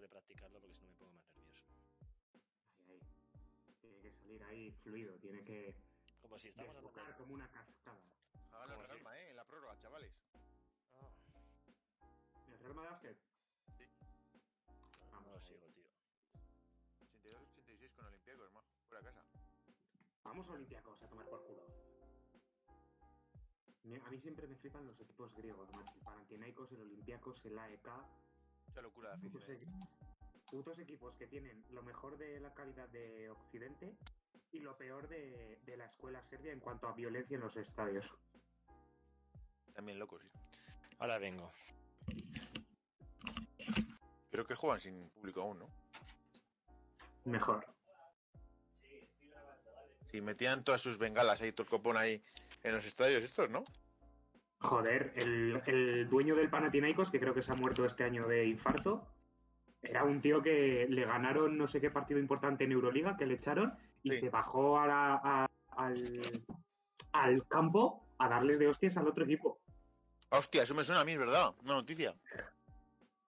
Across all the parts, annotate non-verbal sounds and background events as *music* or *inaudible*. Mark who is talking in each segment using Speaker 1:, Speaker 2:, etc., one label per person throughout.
Speaker 1: de practicarlo porque si no me pongo más nervioso.
Speaker 2: Ahí, ahí. Tiene que salir ahí fluido, tiene que
Speaker 1: Como si estamos
Speaker 2: desbocar como una cascada.
Speaker 3: Háganlo en
Speaker 1: Como
Speaker 3: calma, ¿eh? En la prórroga, chavales.
Speaker 1: Ah,
Speaker 2: ¿El Real Madrid Basket?
Speaker 1: no
Speaker 2: Vamos
Speaker 1: lo
Speaker 2: ahí.
Speaker 1: sigo, tío.
Speaker 3: 82-86 con Olympiacos, hermano. Fuera casa.
Speaker 2: Vamos a Olympiacos a tomar por culo. Me- A mí siempre me flipan los equipos griegos, macho. El Panathinaikos, el Olympiacos, el AEK.
Speaker 3: Mucha locura de afición.
Speaker 2: Putos,
Speaker 3: ¿eh?
Speaker 2: equi- putos equipos que tienen lo mejor de la calidad de Occidente y lo peor de, de la escuela serbia en cuanto a violencia en los estadios.
Speaker 3: También locos, sí.
Speaker 1: Ahora vengo.
Speaker 3: Pero que juegan sin público aún, ¿no?
Speaker 2: Mejor.
Speaker 3: Si metían todas sus bengalas ahí, todo el copón ahí en los estadios estos, ¿no?
Speaker 2: Joder, el, el dueño del Panathinaikos, que creo que se ha muerto este año de infarto, era un tío que le ganaron no sé qué partido importante en Euroliga, que le echaron, y
Speaker 3: Sí.
Speaker 2: se bajó a la- a- al, al campo a darles de hostias al otro equipo.
Speaker 3: Ah, Hostia, eso me suena a mí, es verdad. Una noticia.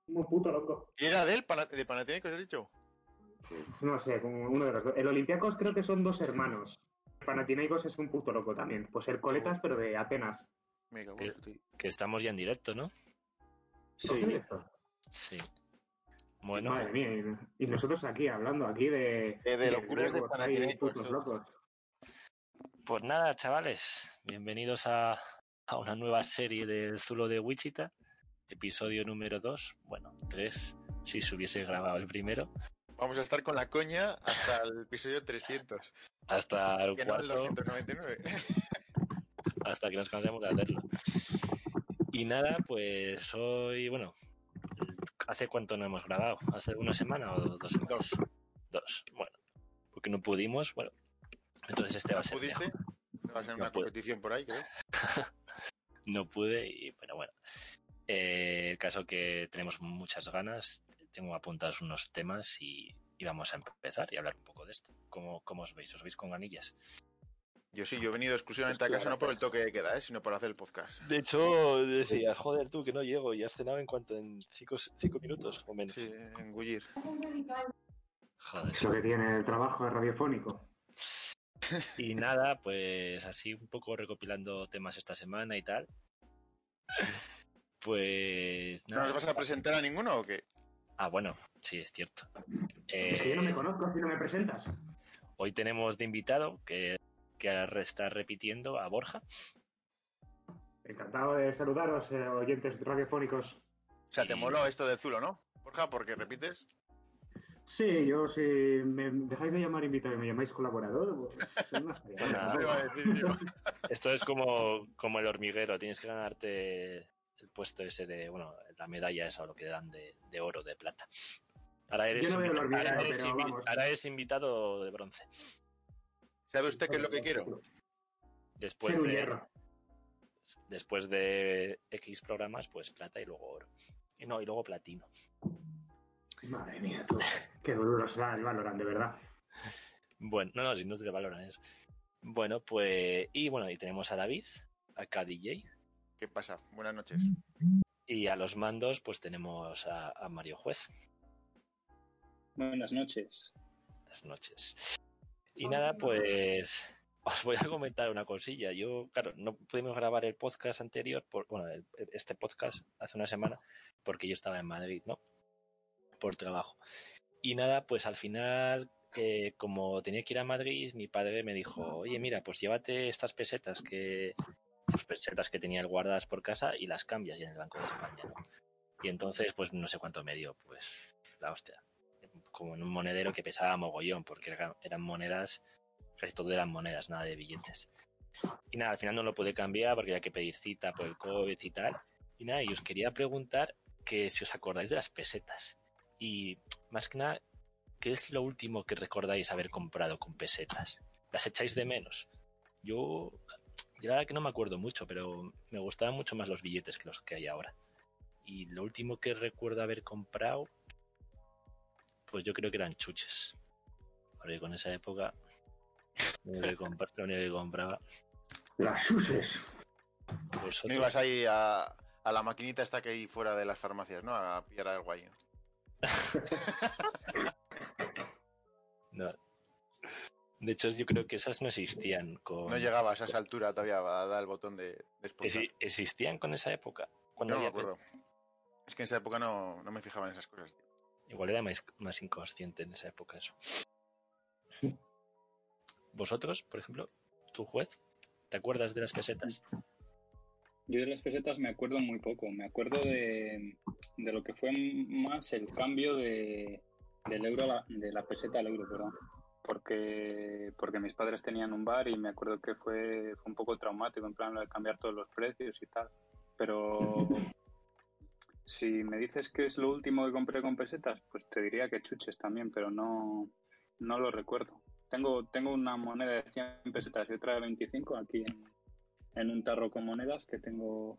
Speaker 2: Un puto loco.
Speaker 3: ¿Y era de él, Pana- de Panathinaikos, has dicho?
Speaker 2: No sé, como uno de los dos. El Olympiacos creo que son dos hermanos. El Panathinaikos es un puto loco también. Pues el Coletas, pero de Atenas.
Speaker 3: Me cago
Speaker 1: Eh.
Speaker 3: en su tío.
Speaker 1: Que estamos ya en directo, ¿no?
Speaker 2: ¿No son estos?
Speaker 1: Sí. Bueno,
Speaker 2: Madre mía, y, y nosotros aquí, hablando aquí de...
Speaker 3: Eh, de locuras de
Speaker 2: griegos, ahí,
Speaker 3: Panathinaikos,
Speaker 2: putos
Speaker 3: son-
Speaker 2: locos.
Speaker 1: pues nada, chavales. Bienvenidos a, a una nueva serie del Zulo de Wichita. Episodio número 2. Bueno, 3, si se hubiese grabado el primero.
Speaker 3: Vamos a estar con la coña hasta el episodio 300,
Speaker 1: Hasta *laughs* el
Speaker 3: que no el
Speaker 1: cuarto. *laughs*
Speaker 3: 299.
Speaker 1: hasta que nos cansemos de hacerlo. Y nada, pues hoy, bueno, ¿hace cuánto no hemos grabado? ¿Hace una semana o dos semanas?
Speaker 3: Dos.
Speaker 1: Dos, bueno, porque no pudimos, bueno, entonces este va a
Speaker 3: ¿No
Speaker 1: ser.
Speaker 3: pudiste?
Speaker 1: mejor. pues.
Speaker 3: Va a ser
Speaker 1: No
Speaker 3: una
Speaker 1: pude.
Speaker 3: competición por ahí, creo.
Speaker 1: No pude, y bueno, bueno. Eh, el caso que tenemos muchas ganas, tengo apuntados unos temas y, y vamos a empezar y hablar un poco de esto. ¿Cómo, ¿Cómo os veis? ¿Os veis con ganillas?
Speaker 3: Yo sí, yo he venido exclusivamente
Speaker 1: Pues
Speaker 3: a casa no por el toque de queda, ¿eh? sino para hacer el podcast.
Speaker 1: De hecho, decías, joder, tú que no llego y has cenado en cuanto en cinco, cinco minutos o menos.
Speaker 3: Sí, engullir.
Speaker 1: Joder.
Speaker 2: Eso que tiene el trabajo radiofónico.
Speaker 1: Y nada, pues así un poco recopilando temas esta semana y tal. Pues
Speaker 3: ¿No nos
Speaker 1: nada.
Speaker 3: vas a presentar a ninguno o qué?
Speaker 1: Ah, bueno, sí, es cierto.
Speaker 2: Es que yo no
Speaker 1: Eh,
Speaker 2: me conozco si no me presentas.
Speaker 1: hoy tenemos de invitado que, que re- está repitiendo a Borja.
Speaker 2: Encantado de saludaros, eh, oyentes radiofónicos.
Speaker 3: O sea, te
Speaker 1: Sí.
Speaker 3: moló esto de Zulo, ¿no? Borja, porque repites.
Speaker 2: Sí, yo si me dejáis de llamar invitado y me llamáis colaborador, pues, no sé.
Speaker 1: Ah.
Speaker 3: Eso iba a decir yo.
Speaker 1: Esto es como, como el hormiguero, tienes que ganarte el puesto ese de, bueno, la medalla esa o lo que dan de, de oro, de plata. Ahora eres,
Speaker 2: Yo no veo el
Speaker 1: invitado-
Speaker 2: hormiguero,
Speaker 1: ahora eres
Speaker 2: pero
Speaker 1: invi-
Speaker 2: vamos.
Speaker 1: ahora eres invitado de bronce.
Speaker 3: ¿Sabe usted qué es lo que quiero? Pues
Speaker 1: Después
Speaker 2: Ser un
Speaker 1: de-
Speaker 2: hierro.
Speaker 1: después de X programas, pues plata y luego oro. Y no, y luego platino.
Speaker 2: Madre mía, tú. Qué duro será el Valorant, de verdad.
Speaker 1: Bueno, no, no, si no te valoran eso. Bueno, pues. Y bueno, y tenemos a David, a KDJ.
Speaker 3: ¿Qué pasa? Buenas noches.
Speaker 1: Y a los mandos, pues tenemos a, a Mario Juez.
Speaker 4: Buenas noches.
Speaker 1: Las noches. Y nada, pues. Os voy a comentar una cosilla. Yo, claro, no pudimos grabar el podcast anterior, por, bueno, el- este podcast hace una semana, porque yo estaba en Madrid, ¿no? Por trabajo. Y nada, pues al final, eh, como tenía que ir a Madrid, mi padre me dijo, oye, mira, pues llévate estas pesetas que, pues pesetas que tenía él guardadas por casa y las cambias ya en el Banco de España, ¿no? Y entonces, pues no sé cuánto me dio, pues la hostia. Como en un monedero que pesaba mogollón, porque era- eran monedas, casi todo eran monedas, nada de billetes. Y nada, al final no lo pude cambiar porque había que pedir cita por el COVID y tal. Y nada, y os quería preguntar que si os acordáis de las pesetas. Y más que nada, ¿qué es lo último que recordáis haber comprado con pesetas? ¿Las echáis de menos? Yo, yo la verdad que no me acuerdo mucho, pero me gustaban mucho más los billetes que los que hay ahora. Y lo último que recuerdo haber comprado, pues yo creo que eran chuches. Porque con esa época, lo único que, compra- lo único que compraba. pues
Speaker 2: Las suces.
Speaker 3: No
Speaker 1: Vosotros-
Speaker 3: ibas ahí a, a la maquinita esta que hay fuera de las farmacias, ¿no? A pillar algo ahí.
Speaker 1: No. De hecho, yo creo que esas no existían con.
Speaker 3: No llegaba a esa altura todavía a dar el botón de, de exportar.
Speaker 1: Exi- ¿Existían con esa época? Cuando
Speaker 3: No me
Speaker 1: había-
Speaker 3: acuerdo. Es que en esa época no, no me fijaba en esas cosas. tío.
Speaker 1: Igual era más, más inconsciente en esa época eso. ¿Vosotros, por ejemplo, tu juez, te acuerdas de las casetas?
Speaker 4: Yo de las pesetas me acuerdo muy poco. Me acuerdo de, de lo que fue más el cambio de, del euro a la, de la peseta al euro, perdón. Porque, porque mis padres tenían un bar y me acuerdo que fue, fue un poco traumático, en plan lo de cambiar todos los precios y tal. Pero si me dices que es lo último que compré con pesetas, pues te diría que chuches también, pero no, no lo recuerdo. Tengo, tengo una moneda de 100 pesetas y otra de 25 aquí en, en un tarro con monedas que tengo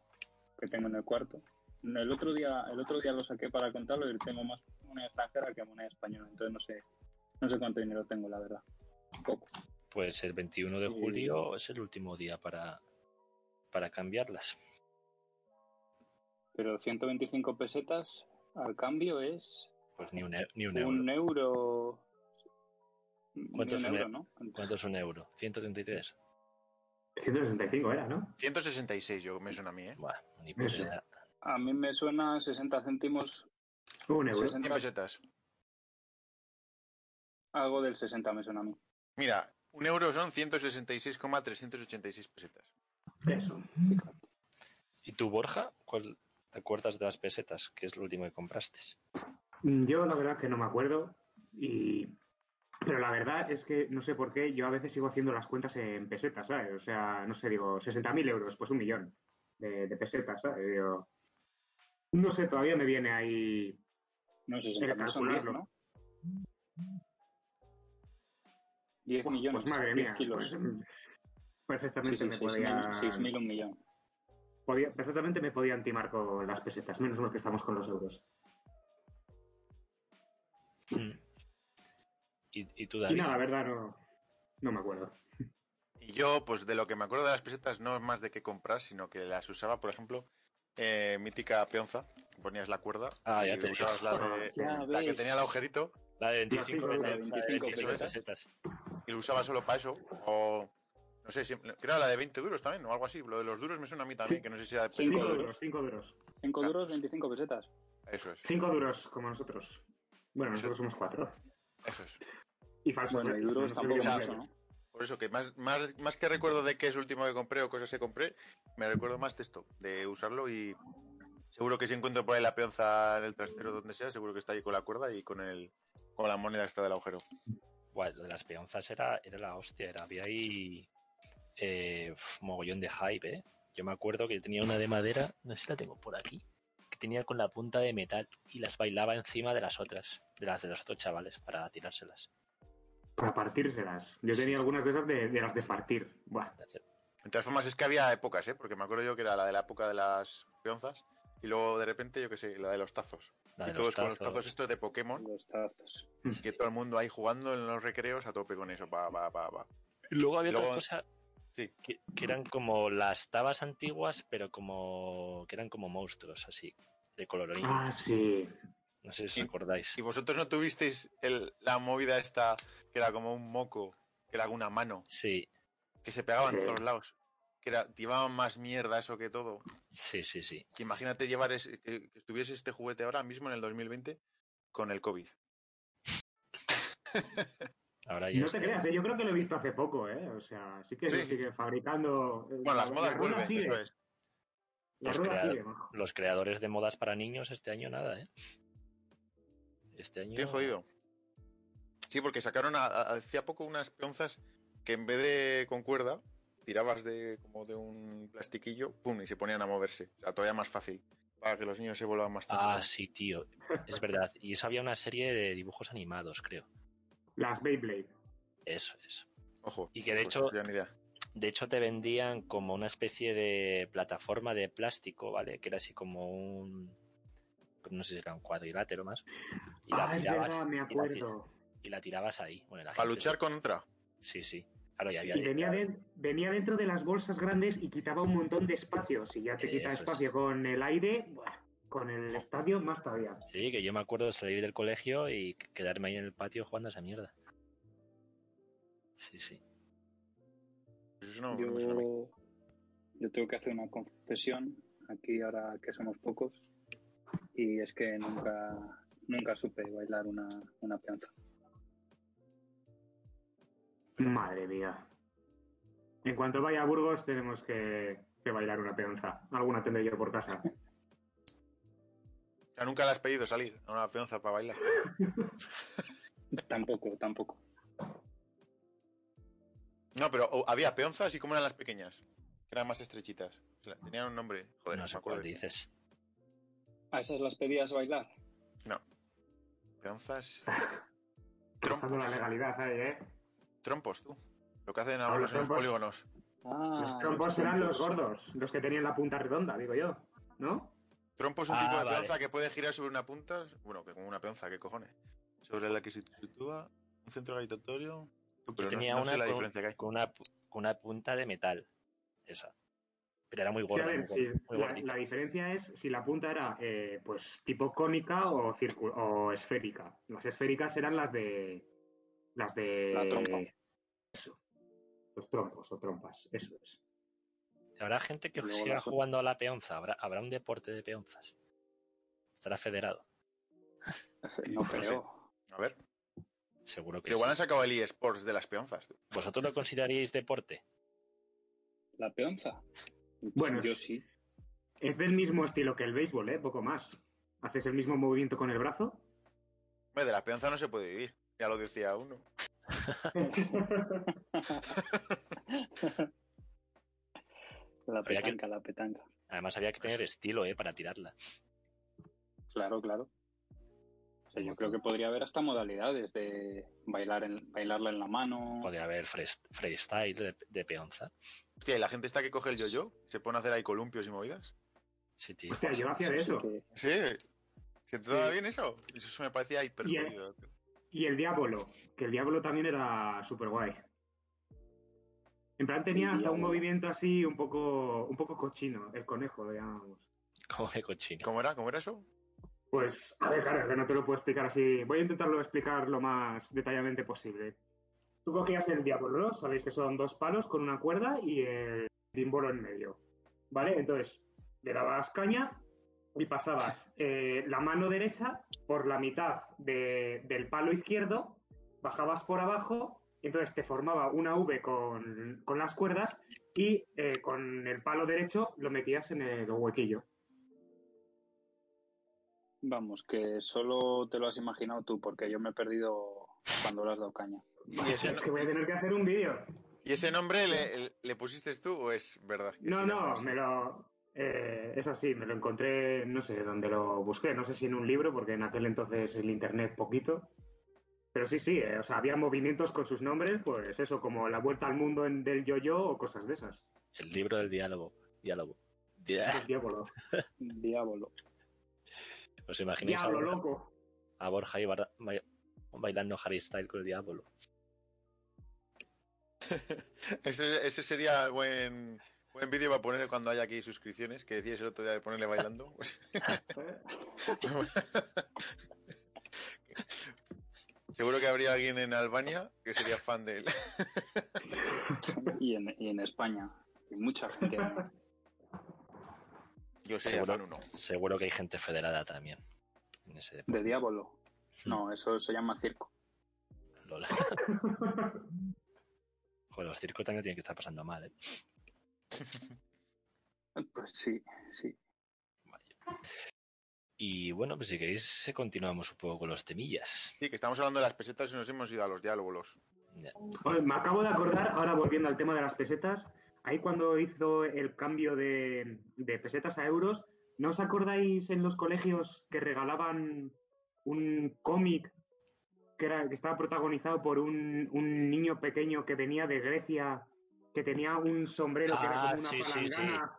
Speaker 4: que tengo en el cuarto. No, El otro día el otro día lo saqué para contarlo y tengo más moneda extranjera que moneda española, entonces no sé no sé cuánto dinero tengo la verdad. Poco.
Speaker 1: Pues el 21 de
Speaker 4: Sí.
Speaker 1: julio es el último día para, para cambiarlas.
Speaker 4: Pero 125 pesetas al cambio es
Speaker 1: Pues ni un, e- ni un
Speaker 4: un,
Speaker 1: euro.
Speaker 4: euro.
Speaker 1: ¿Cuánto
Speaker 4: Ni
Speaker 1: es
Speaker 4: un
Speaker 1: un
Speaker 4: euro,
Speaker 1: e-
Speaker 4: ¿no?
Speaker 1: ¿Cuánto es un euro? ¿133?
Speaker 2: 165 era, ¿no?
Speaker 3: 166 yo me suena a mí, ¿eh?
Speaker 1: Buah, ni puta
Speaker 2: Eso.
Speaker 1: idea.
Speaker 4: A mí me suena 60 céntimos,
Speaker 2: Un euro.
Speaker 3: 100
Speaker 4: 60,
Speaker 3: pesetas.
Speaker 4: algo del 60 me suena a mí.
Speaker 3: Mira, un euro son 166,386 pesetas.
Speaker 2: Eso.
Speaker 1: ¿Y tú, Borja? ¿Cuál, ¿Te acuerdas de las pesetas? Que es lo último que compraste.
Speaker 2: Mm, Yo la verdad es que no me acuerdo. Y... Pero la verdad es que no sé por qué yo a veces sigo haciendo las cuentas en pesetas, ¿sabes? O sea, no sé, digo, 60.000 euros, pues un millón de, de pesetas, ¿sabes? Digo, no sé, todavía me viene ahí.
Speaker 4: No, 60
Speaker 2: Pero
Speaker 4: son 10,
Speaker 2: calcularlo.
Speaker 4: ¿no? 10
Speaker 2: Pues
Speaker 4: millones,
Speaker 2: madre
Speaker 4: 10
Speaker 2: mía.
Speaker 4: kilos.
Speaker 2: pues, mm, perfectamente me podía.
Speaker 4: 6.000, un millón.
Speaker 2: podía- perfectamente me podían timar con las pesetas, menos mal que estamos con los euros.
Speaker 1: Mm. ¿Y, y tú,
Speaker 2: Y
Speaker 1: David?
Speaker 2: nada, la verdad no, no me acuerdo.
Speaker 3: Y yo, pues de lo que me acuerdo de las pesetas, no es más de qué comprar, sino que las usaba, por ejemplo, eh, mítica peonza, que ponías la cuerda
Speaker 1: Ah,
Speaker 3: y
Speaker 1: ya te
Speaker 3: usabas la,
Speaker 2: *laughs*
Speaker 3: de-
Speaker 4: Ya
Speaker 3: la que
Speaker 4: ves.
Speaker 3: tenía el agujerito
Speaker 1: La de 25,
Speaker 2: La de
Speaker 1: pesetas, la de
Speaker 4: 25
Speaker 1: 25
Speaker 4: pesetas.
Speaker 1: pesetas.
Speaker 3: y lo usaba solo para eso. O, no sé, si, creo la de 20 duros también, o algo así. Lo de los duros me suena a mí también,
Speaker 2: Sí.
Speaker 3: que no sé si era de
Speaker 4: Cinco
Speaker 2: 5
Speaker 3: pesetas.
Speaker 4: euros.
Speaker 2: duros, 5 duros.
Speaker 4: 5
Speaker 3: Ah.
Speaker 4: duros, 25 pesetas.
Speaker 2: Pues
Speaker 3: Eso es,
Speaker 2: 5 duros, como nosotros. Bueno, nosotros somos 4.
Speaker 3: eso es.
Speaker 2: Y falsos.
Speaker 4: Bueno, y
Speaker 2: presos,
Speaker 4: duros
Speaker 2: no sé
Speaker 4: tampoco
Speaker 2: qué
Speaker 4: mucho,
Speaker 2: más.
Speaker 4: ¿no?
Speaker 3: Por eso que más, más, más que recuerdo de qué es lo último que compré o cosas que compré, me recuerdo más de esto, de usarlo y seguro que si encuentro por ahí la peonza en el trastero donde sea, seguro que está ahí con la cuerda y con el con la moneda esta del agujero.
Speaker 1: Buah, lo de las peonzas era, era la hostia, era, había ahí eh, uf, mogollón de hype, ¿eh? Yo me acuerdo que tenía una de madera, no sé si la tengo por aquí, que tenía con la punta de metal y las bailaba encima de las otras, de las de los otros chavales, para tirárselas.
Speaker 2: Para partírselas. Yo tenía algunas de esas de, de las de partir. Buah.
Speaker 1: de hacer-
Speaker 3: De todas formas es que había épocas, ¿eh? porque me acuerdo yo que era la de la época de las peonzas y luego de repente, yo qué sé, la de los tazos.
Speaker 1: la de
Speaker 3: y todos
Speaker 1: los
Speaker 3: con los
Speaker 1: tazos.
Speaker 3: tazos estos de Pokémon,
Speaker 4: Los tazos.
Speaker 3: y que todo el mundo ahí jugando en los recreos a tope con eso, pa, pa, pa, pa.
Speaker 1: Y Luego había
Speaker 3: Luego-
Speaker 1: otra cosa
Speaker 3: sí.
Speaker 1: que, que eran como las tabas antiguas, pero como que eran como monstruos así, de colorín.
Speaker 2: Ah, sí.
Speaker 1: No sé si
Speaker 3: y-
Speaker 1: os acordáis.
Speaker 3: ¿Y vosotros no tuvisteis el- la movida esta que era como un moco, que era una mano,
Speaker 1: Sí,
Speaker 3: que se pegaban
Speaker 2: Sí.
Speaker 3: por todos lados? Que era, llevaban más mierda eso que todo.
Speaker 1: sí, sí, sí.
Speaker 3: Que imagínate llevar ese- que, que estuviese este juguete ahora mismo en el 2020 con el COVID.
Speaker 1: Ahora ya
Speaker 2: No te
Speaker 1: está.
Speaker 2: creas, ¿eh? yo creo que lo he visto hace poco, ¿eh. O sea, sí que
Speaker 3: Sí.
Speaker 2: lo sigue fabricando. eh,
Speaker 3: Bueno, las modas
Speaker 2: La rueda
Speaker 3: vuelven,
Speaker 2: sigue,
Speaker 3: eso es.
Speaker 2: La
Speaker 1: Los
Speaker 2: rueda
Speaker 1: creadores.
Speaker 2: sigue, majo.
Speaker 1: los creadores de modas para niños este año nada, ¿eh? Este año...
Speaker 3: Qué jodido. Sí, porque sacaron a- a- hacía poco unas peonzas que en vez de con cuerda, tirabas de como de un plastiquillo, pum, y se ponían a moverse. O sea, todavía más fácil. Para que los niños se vuelvan más
Speaker 1: Ah,
Speaker 3: tontos.
Speaker 1: sí, tío. Es verdad. Y eso había una serie de dibujos animados, creo.
Speaker 2: Las Beyblade.
Speaker 1: Eso es.
Speaker 3: Ojo.
Speaker 1: Y que de
Speaker 3: pues
Speaker 1: hecho-
Speaker 3: no tenía ni idea.
Speaker 1: De hecho, te vendían como una especie de plataforma de plástico, ¿vale? Que era así como un... No sé si era un cuadrilátero más. Y la
Speaker 2: Ah, es
Speaker 1: tirabas...
Speaker 2: verdad, me
Speaker 1: y la ti-
Speaker 2: acuerdo.
Speaker 1: y la tirabas ahí. Bueno, la
Speaker 3: Para
Speaker 1: gente-
Speaker 3: luchar contra.
Speaker 1: Sí, sí. Claro, ya
Speaker 3: Sí,
Speaker 1: había...
Speaker 2: Y venía, de- venía dentro de las bolsas grandes y quitaba un montón de espacio. Si ya te quita
Speaker 1: Eso es.
Speaker 2: espacio con el aire, buah, Con el estadio más todavía.
Speaker 1: Sí, que yo me acuerdo de salir del colegio y quedarme ahí en el patio jugando a esa mierda. Sí, sí.
Speaker 3: pues Eso no, no me suena a mí.
Speaker 4: Yo, yo tengo que hacer una confesión aquí ahora que somos pocos y es que nunca nunca supe bailar una, una peonza.
Speaker 2: Madre mía. En cuanto vaya a Burgos, tenemos que, que bailar una peonza. Alguna tendré yo por casa.
Speaker 3: O sea, nunca le has pedido salir a una peonza para bailar.
Speaker 4: Tampoco, tampoco.
Speaker 3: No, pero o, había peonzas y cómo eran las pequeñas, que eran más estrechitas. La- Tenían un nombre, joder,
Speaker 1: no
Speaker 3: no me
Speaker 1: sé
Speaker 3: acuerdo.
Speaker 1: cuál dices.
Speaker 4: ¿A esas las pedías bailar?
Speaker 3: Peonzas.
Speaker 2: *laughs* Pasando la
Speaker 3: trompos,
Speaker 2: legalidad ahí, ¿eh?
Speaker 3: trompos, tú. Lo que hacen
Speaker 2: Ah,
Speaker 3: ahora
Speaker 2: los
Speaker 3: en los
Speaker 2: trompos.
Speaker 3: polígonos.
Speaker 4: Ah,
Speaker 2: los trompos eran los
Speaker 4: trompos.
Speaker 2: gordos, los que tenían la punta redonda, digo yo. ¿No?
Speaker 3: Trompo es un
Speaker 1: Ah,
Speaker 3: tipo de
Speaker 1: vale.
Speaker 3: peonza que puede girar sobre una punta, bueno, que como una peonza, ¿qué cojones? Sobre la que se sitúa un centro gravitatorio. Tú, pero
Speaker 1: yo
Speaker 3: no-
Speaker 1: tenía
Speaker 3: no,
Speaker 1: una,
Speaker 3: sé la
Speaker 1: con,
Speaker 3: diferencia que hay.
Speaker 1: con una pu- con una punta de metal. Esa. Pero era muy
Speaker 2: Sí, a
Speaker 1: gorda.
Speaker 2: ver,
Speaker 1: muy
Speaker 2: sí,
Speaker 1: gorda, muy
Speaker 2: la,
Speaker 1: gordita.
Speaker 2: la diferencia es si la punta era eh, pues tipo cónica o, circu- o esférica. Las esféricas eran las de. Las de.
Speaker 4: La trompa.
Speaker 2: Eso. Los trompos o trompas, eso es.
Speaker 1: Habrá gente que
Speaker 4: Luego
Speaker 1: siga
Speaker 4: las-
Speaker 1: jugando a la peonza. Habrá, habrá un deporte de peonzas. Estará federado.
Speaker 4: No
Speaker 3: No sé.
Speaker 4: creo.
Speaker 3: A ver,
Speaker 1: Seguro que
Speaker 3: pero igual
Speaker 1: Pues sí.
Speaker 3: han sacado el eSports de las peonzas. tú.
Speaker 1: ¿Vosotros lo consideraríais deporte?
Speaker 4: ¿La peonza?
Speaker 2: Bueno,
Speaker 4: yo
Speaker 2: es-
Speaker 4: sí.
Speaker 2: Es del mismo estilo que el béisbol, ¿eh? Poco más. Haces el mismo movimiento con el brazo.
Speaker 3: Hombre, de la peonza no se puede vivir. Ya lo decía uno.
Speaker 4: La
Speaker 1: Habría que-
Speaker 4: petanca, la petanca.
Speaker 1: Además había que
Speaker 3: Pues-
Speaker 1: tener estilo, ¿eh? Para tirarla.
Speaker 4: Claro, claro. O sea, yo creo que podría haber hasta modalidades de bailar en, bailarla en la mano.
Speaker 1: Podría haber frest- freestyle de, de peonza.
Speaker 3: Hostia, y la gente está que coge el yo-yo, se pone a hacer ahí columpios y movidas.
Speaker 1: Sí,
Speaker 3: *laughs*
Speaker 1: tío.
Speaker 2: Hostia, yo hacía de
Speaker 4: Así
Speaker 2: eso.
Speaker 4: que-
Speaker 3: Sí, ¿se te daba bien eso? Eso me parecía hiper
Speaker 2: Y, eh,
Speaker 3: jodido.
Speaker 2: Y el diablo, que el diablo también era súper guay. En plan tenía
Speaker 4: El
Speaker 2: hasta un
Speaker 4: diablo.
Speaker 2: movimiento así un poco, un poco cochino, el conejo, digamos.
Speaker 1: Como de cochino.
Speaker 3: ¿Cómo era? ¿Cómo era eso?
Speaker 2: Pues, a ver, claro, que no te lo puedo explicar así. Voy a intentarlo explicar lo más detalladamente posible. Tú cogías el diablo, ¿no? Sabéis que son dos palos con una cuerda y el timbolo en medio. ¿Vale? Entonces, le dabas caña y pasabas eh, la mano derecha por la mitad de- del palo izquierdo, bajabas por abajo, y entonces te formaba una V con, con las cuerdas y eh, con el palo derecho lo metías en el huequillo.
Speaker 4: Vamos, que solo te lo has imaginado tú, porque yo me he perdido cuando le has dado caña.
Speaker 3: Y ese,
Speaker 2: Es que voy a tener que hacer un vídeo.
Speaker 3: y ese nombre le, le pusiste tú o es verdad? que
Speaker 2: No,
Speaker 3: se llama
Speaker 2: no,
Speaker 3: así?
Speaker 2: me lo. eh, es así, me lo encontré, no sé dónde lo busqué, no sé si en un libro, porque en aquel entonces el internet poquito. Pero sí, sí, eh, o sea, había movimientos con sus nombres, pues eso, como la vuelta al mundo en- del yo-yo o cosas de esas.
Speaker 1: El libro del diálogo. Diálogo. Dia-
Speaker 2: El diablo.
Speaker 4: Diablo.
Speaker 1: ¿Os imagináis a
Speaker 2: Diablo
Speaker 1: Borja,
Speaker 2: loco. *laughs*
Speaker 1: a Borja y Barra- ba- bailando Harry Style con el diablo?
Speaker 3: Ese, ese sería buen, buen vídeo para poner cuando haya aquí suscripciones, que decías el otro día de ponerle bailando. Pues,
Speaker 2: ¿eh?
Speaker 3: seguro que habría alguien en Albania que sería fan de él.
Speaker 4: Y en, y en España. Y mucha gente. ¿no?
Speaker 3: Yo sería
Speaker 1: Seguro.
Speaker 3: fan uno.
Speaker 1: Seguro que hay gente federada también en ese deporte.
Speaker 4: De diablo. No, eso se llama circo.
Speaker 1: Lol. *laughs* Joder, los circos también tienen que estar pasando mal, ¿eh?
Speaker 4: Pues sí, sí.
Speaker 1: Vaya. Y bueno, pues si queréis, eh, continuamos un poco con los temillas.
Speaker 3: Sí, que estamos hablando de las pesetas y nos hemos ido a los diálogos.
Speaker 1: Ya.
Speaker 2: Joder, me acabo de acordar, ahora volviendo al tema de las pesetas, ahí cuando hizo el cambio de, de pesetas a euros, ¿no os acordáis en los colegios que regalaban un cómic que, era, que estaba protagonizado por un, un niño pequeño que venía de Grecia, que tenía un sombrero que era
Speaker 1: Ah,
Speaker 2: como una
Speaker 1: sí, sí, sí.
Speaker 2: palangana?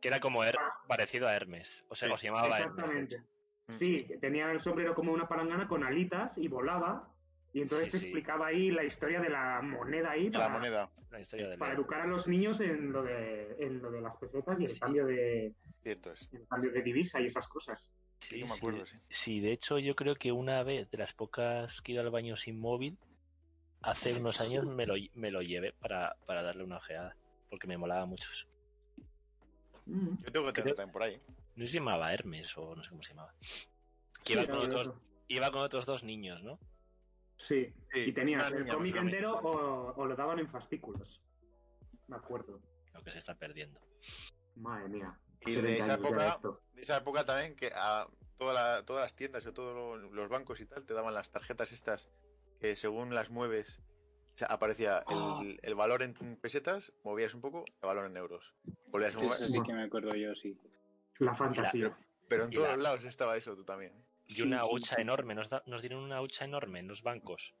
Speaker 1: Que era como Her- parecido a Hermes. O sea,
Speaker 3: Sí,
Speaker 1: o se llamaba Hermes. de
Speaker 2: Exactamente.
Speaker 1: hecho.
Speaker 3: Mm.
Speaker 2: Sí, que tenía el sombrero como una palangana con alitas y volaba. Y entonces
Speaker 1: Sí,
Speaker 2: te
Speaker 1: sí.
Speaker 2: explicaba ahí la historia de la moneda ahí
Speaker 3: De
Speaker 2: para,
Speaker 3: la moneda,
Speaker 1: La historia del
Speaker 2: para
Speaker 1: euro.
Speaker 2: educar a los niños en lo de, en lo de las pesetas y el
Speaker 1: Sí.
Speaker 2: cambio de
Speaker 3: cierto es.
Speaker 2: el cambio de divisa y esas cosas.
Speaker 1: Sí,
Speaker 3: Sí, que me
Speaker 1: sí,
Speaker 3: acuerdo, sí.
Speaker 1: Sí, de hecho, yo creo que una vez, de las pocas que he ido al baño sin móvil, hace unos años me lo, me lo llevé para, para darle una ojeada, porque me molaba mucho. eso.
Speaker 2: Mm.
Speaker 3: Yo tengo que tener
Speaker 1: Creo-
Speaker 3: también por ahí.
Speaker 1: No sé si se llamaba Hermes o no sé cómo se llamaba. Que
Speaker 2: Sí,
Speaker 1: iba,
Speaker 2: era
Speaker 1: con otros,
Speaker 2: curioso.
Speaker 1: iba con otros dos niños, ¿no?
Speaker 2: Sí.
Speaker 3: Sí,
Speaker 2: y tenías
Speaker 3: una
Speaker 2: el
Speaker 3: niña
Speaker 2: cómic
Speaker 3: más grande.
Speaker 2: entero o, o lo daban en fascículos. Me acuerdo.
Speaker 1: Lo que se está perdiendo.
Speaker 2: Madre mía.
Speaker 3: Y
Speaker 2: Hace
Speaker 3: de
Speaker 2: 20
Speaker 3: esa
Speaker 2: años ya
Speaker 3: época-
Speaker 2: esto.
Speaker 3: De esa época también, que a toda la- todas las tiendas o todos lo- los bancos y tal te daban las tarjetas estas que según las mueves o sea, aparecía
Speaker 4: Ah.
Speaker 3: el, el valor en pesetas, movías un poco, el valor en euros. Volvías a mover,
Speaker 4: Eso sí que me acuerdo yo, sí.
Speaker 2: La fantasía.
Speaker 3: pero en
Speaker 1: y
Speaker 3: todos
Speaker 1: la-
Speaker 3: lados estaba eso tú también.
Speaker 1: Y una
Speaker 4: Sí, sí,
Speaker 1: hucha
Speaker 4: sí.
Speaker 1: enorme, nos, da- nos dieron una hucha enorme en los bancos.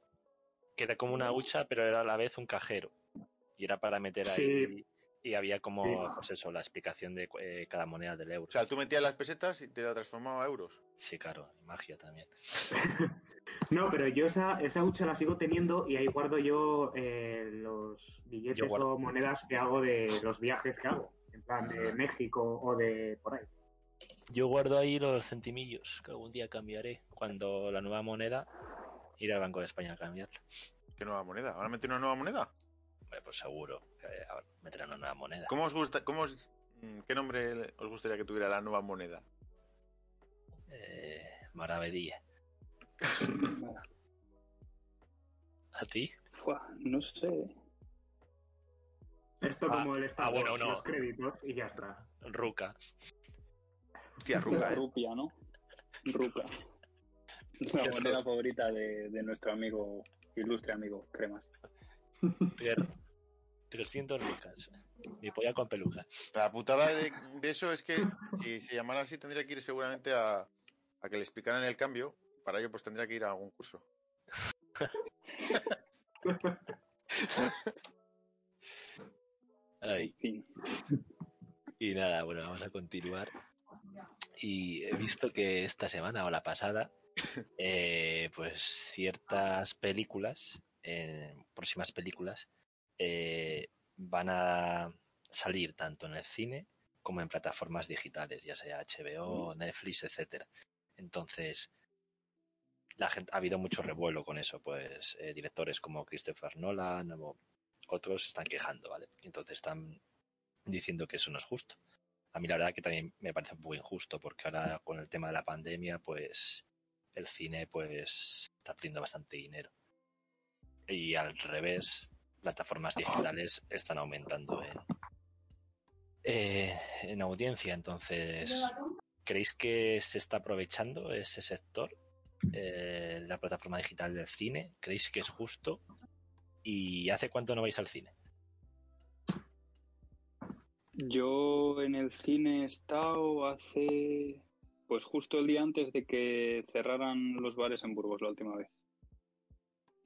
Speaker 1: Que era como una hucha, pero era a la vez un cajero. Y era para meter ahí.
Speaker 2: Sí.
Speaker 1: Y había como,
Speaker 2: Sí.
Speaker 1: pues eso, la explicación de cu- eh, cada moneda del euro.
Speaker 3: O sea, tú metías las pesetas y te la transformaba a euros.
Speaker 1: Sí, claro, magia también.
Speaker 2: No, pero yo esa, esa hucha la sigo teniendo y ahí guardo yo eh, los
Speaker 1: Yo
Speaker 2: billetes
Speaker 1: guardo.
Speaker 2: o monedas que hago de los viajes que hago. En plan de
Speaker 1: Ah.
Speaker 2: México o de por ahí.
Speaker 1: Yo guardo ahí los centimillos, que algún día cambiaré. Cuando la nueva moneda, iré al Banco de España a cambiarla.
Speaker 3: ¿Qué nueva moneda? ¿Ahora meten una nueva moneda?
Speaker 1: Hombre, pues seguro, que ahora meterán una nueva moneda.
Speaker 3: ¿Cómo os gusta? Cómo os- mm, ¿Qué nombre le- os gustaría que tuviera la nueva moneda?
Speaker 1: Eh, maravilla. ¿A ti?
Speaker 4: Fua, no sé.
Speaker 2: Esto
Speaker 1: Ah,
Speaker 2: como el Star
Speaker 1: ah, bueno,
Speaker 2: Wars,
Speaker 1: no.
Speaker 2: los créditos y ya está.
Speaker 1: Ruca.
Speaker 2: *laughs*
Speaker 3: Hostia, ruca, ¿eh?
Speaker 4: Rupia, ¿no? Rupia. La
Speaker 1: Qué
Speaker 4: moneda
Speaker 1: raro.
Speaker 4: favorita de, de nuestro amigo, ilustre amigo, Cremas.
Speaker 1: Tre- 300 rucas. Mi polla con peluca.
Speaker 3: La putada de, de eso es que si se llamara así tendría que ir seguramente a, a que le explicaran el cambio. Para ello pues tendría que ir a algún curso.
Speaker 1: Ay,
Speaker 4: En fin.
Speaker 1: y nada, bueno, vamos a continuar. Y he visto que esta semana o la pasada, eh, pues ciertas películas, eh, próximas películas, eh, van a salir tanto en el cine como en plataformas digitales, ya sea HBO, Netflix, etcétera. Entonces, la gente ha habido mucho revuelo con eso, pues eh, directores como Christopher Nolan o otros se están quejando, ¿vale? Entonces están diciendo que eso no es justo. A mí la verdad que también me parece un poco injusto porque ahora con el tema de la pandemia, pues el cine pues está perdiendo bastante dinero. Y al revés, plataformas digitales están aumentando en, eh, en audiencia. Entonces, ¿creéis que se está aprovechando ese sector? Eh, la plataforma digital del cine, ¿creéis que es justo? ¿Y hace cuánto no vais al cine?
Speaker 4: Yo en el cine he estado hace, pues justo el día antes de que cerraran los bares en Burgos la última vez.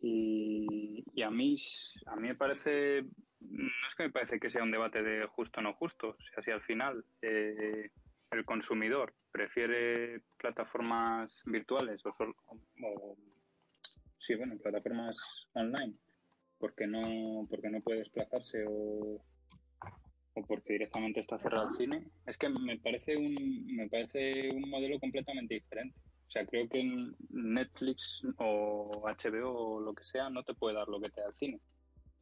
Speaker 4: Y, y a mí, s- a mí me parece, no es que me parece que sea un debate de justo o no justo, o sea, si al final eh, el consumidor prefiere plataformas virtuales o, sol- o- sí, bueno, plataformas online, porque no, porque no puede desplazarse o o porque directamente está cerrado el cine. Es que me parece un me parece un modelo completamente diferente. O sea, creo que en Netflix o HBO o lo que sea no te puede dar lo que te da el cine,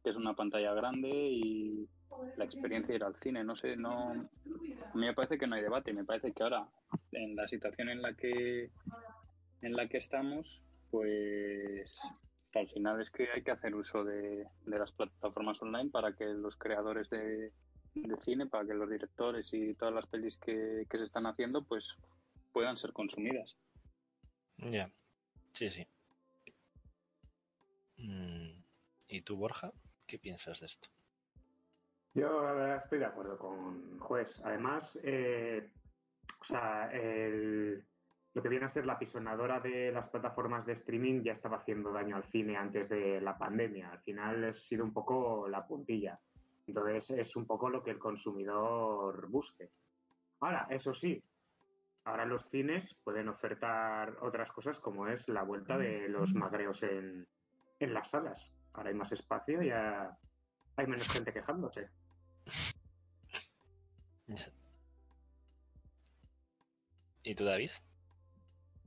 Speaker 4: que es una pantalla grande y la experiencia de ir al cine. No sé, no a mí me parece que no hay debate. y Me parece que ahora en la situación en la que en la que estamos, pues al final es que hay que hacer uso de, de las plataformas online para que los creadores de, de cine para que los directores y todas las pelis que, que se están haciendo pues puedan ser consumidas.
Speaker 1: Ya, sí, sí. Mm, ¿Y tú, Borja? ¿Qué piensas de esto?
Speaker 2: Yo la verdad estoy de acuerdo con Juez. Además, eh, o sea, el- lo que viene a ser la pisonadora de las plataformas de streaming ya estaba haciendo daño al cine antes de la pandemia. Al final ha sido un poco la puntilla. Entonces es un poco lo que el consumidor busque. Ahora, eso sí, ahora los cines pueden ofertar otras cosas como es la vuelta de los magreos en, en las salas. Ahora hay más espacio, ya hay menos gente quejándose.
Speaker 1: ¿Y tú, David?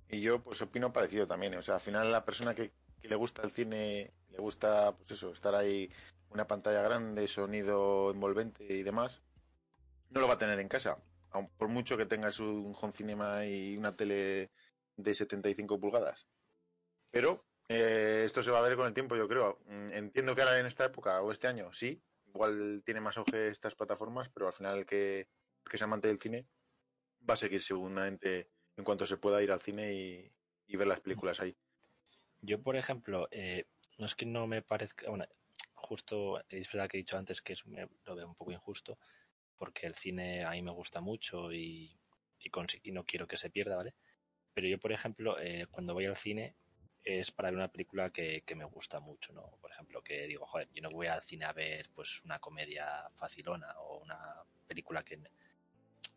Speaker 3: Y yo, pues, opino parecido también. O sea, al final, la persona que, que le gusta el cine, le gusta, pues, eso, estar ahí, una pantalla grande, sonido envolvente y demás, no lo va a tener en casa. Aun por mucho que tengas un home cinema y una tele de 75 pulgadas. Pero eh, esto se va a ver con el tiempo, yo creo. Mm, Entiendo que ahora en esta época o este año, sí. Igual tiene más auge estas plataformas, pero al final el que, el que es amante del cine va a seguir seguramente en cuanto se pueda ir al cine y, y ver las películas ahí.
Speaker 1: Yo, por ejemplo, eh, no es que no me parezca. Bueno, justo es verdad que he dicho antes que es- me- lo veo un poco injusto, porque el cine a mí me gusta mucho y, y, consi- y no quiero que se pierda, ¿vale? Pero yo, por ejemplo, eh, cuando voy al cine es para ver una película que, que me gusta mucho, ¿no? Por ejemplo, que digo, joder, yo no voy al cine a ver pues una comedia facilona o una película que,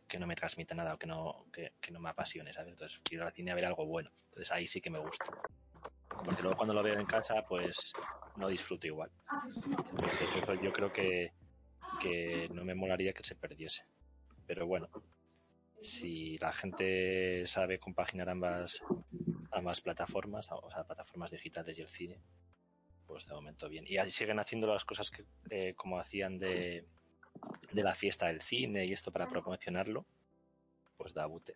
Speaker 1: que no me transmita nada o que no, que, que no me apasione, ¿sabes? Entonces quiero ir al cine a ver algo bueno. Entonces ahí sí que me gusta. Porque luego cuando lo veo en casa, pues no disfruto igual. Entonces, eso yo creo que, que no me molaría que se perdiese. Pero bueno, si la gente sabe compaginar ambas, ambas plataformas, o sea, plataformas digitales y el cine, pues de momento bien. Y así siguen haciendo las cosas que eh, como hacían de, de la fiesta del cine y esto para promocionarlo, pues da bute.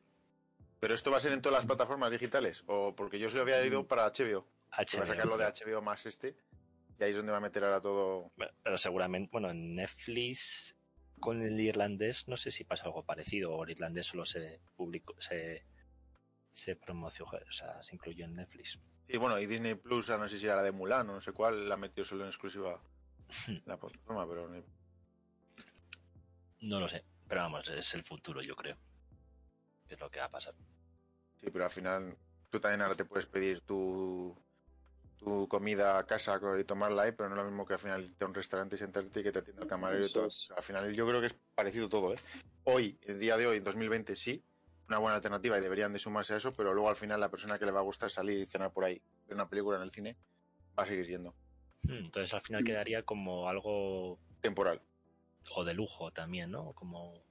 Speaker 3: Pero esto va a ser en todas las plataformas digitales, o porque yo se lo había ido para HBO, para
Speaker 1: HBO.
Speaker 3: Pues sacarlo de HBO más este, y ahí es donde va a meter ahora todo.
Speaker 1: Bueno, Pero seguramente, bueno, en Netflix con el irlandés no sé si pasa algo parecido, o el irlandés solo se publicó, se, se promoció, o sea, se incluyó en Netflix.
Speaker 3: Sí, bueno, y Disney Plus, ah, no sé si era la de Mulan o no sé cuál, la metió solo en exclusiva la plataforma, pero ni-
Speaker 1: No lo sé, pero vamos, es el futuro, yo creo. Es lo que va a pasar.
Speaker 3: sí, pero al final tú también ahora te puedes pedir tu, tu comida a casa y tomarla ahí, pero no es lo mismo que al final irte a un restaurante y sentarte y que te atienda el camarero y todo.
Speaker 4: Eso
Speaker 3: Al final yo creo que es parecido todo, ¿eh? Hoy, el día de hoy, en 2020, sí, una buena alternativa y deberían de sumarse a eso, pero luego al final la persona que le va a gustar salir y cenar por ahí, ver una película en el cine, va a seguir yendo.
Speaker 1: Hmm, Entonces al final quedaría como algo,
Speaker 3: Temporal.
Speaker 1: o de lujo también, ¿no? Como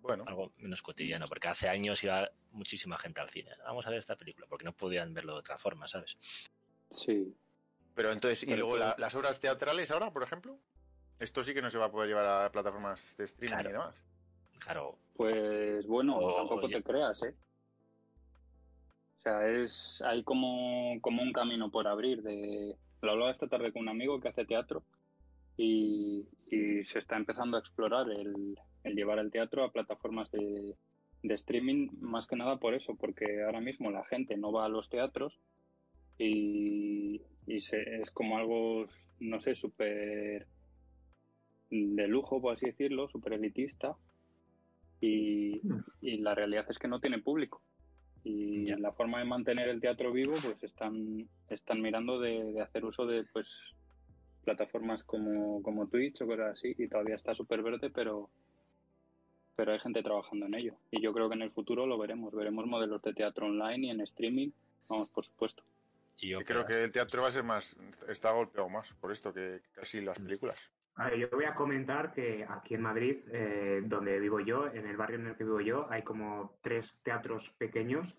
Speaker 3: Bueno,
Speaker 1: algo menos cotidiano, porque hace años iba muchísima gente al cine. Vamos a ver esta película, porque no podían verlo de otra forma, ¿sabes?
Speaker 4: Sí.
Speaker 3: pero entonces, y
Speaker 4: Pero
Speaker 3: luego
Speaker 4: claro.
Speaker 3: la- las obras teatrales ahora, por ejemplo, esto sí que no se va a poder llevar a plataformas de streaming
Speaker 1: Claro.
Speaker 3: y demás.
Speaker 1: Claro,
Speaker 4: Pues bueno,
Speaker 1: Oh,
Speaker 4: tampoco
Speaker 1: ya.
Speaker 4: te creas, ¿eh? O sea, es, hay como, como un camino por abrir. De, lo hablaba esta tarde con un amigo que hace teatro y, y se está empezando a explorar el, el llevar el teatro a plataformas de, de streaming, más que nada por eso, porque ahora mismo la gente no va a los teatros y, y se- es como algo, no sé, súper de lujo, por así decirlo, súper elitista. Y, y la realidad es que no tiene público. Y
Speaker 1: Ya.
Speaker 4: la forma de mantener el teatro vivo, pues están, están mirando de, de hacer uso de pues plataformas como, como Twitch o cosas así, y todavía está súper verde, pero, pero hay gente trabajando en ello. Y yo creo que en el futuro lo veremos, veremos modelos de teatro online y en streaming, vamos, por supuesto.
Speaker 1: y yo
Speaker 3: Yo creo
Speaker 1: para-
Speaker 3: que el teatro va a ser más, está golpeado más por esto que casi las películas.
Speaker 2: A ver, yo voy a comentar que aquí en Madrid, eh, donde vivo yo, en el barrio en el que vivo yo, hay como tres teatros pequeños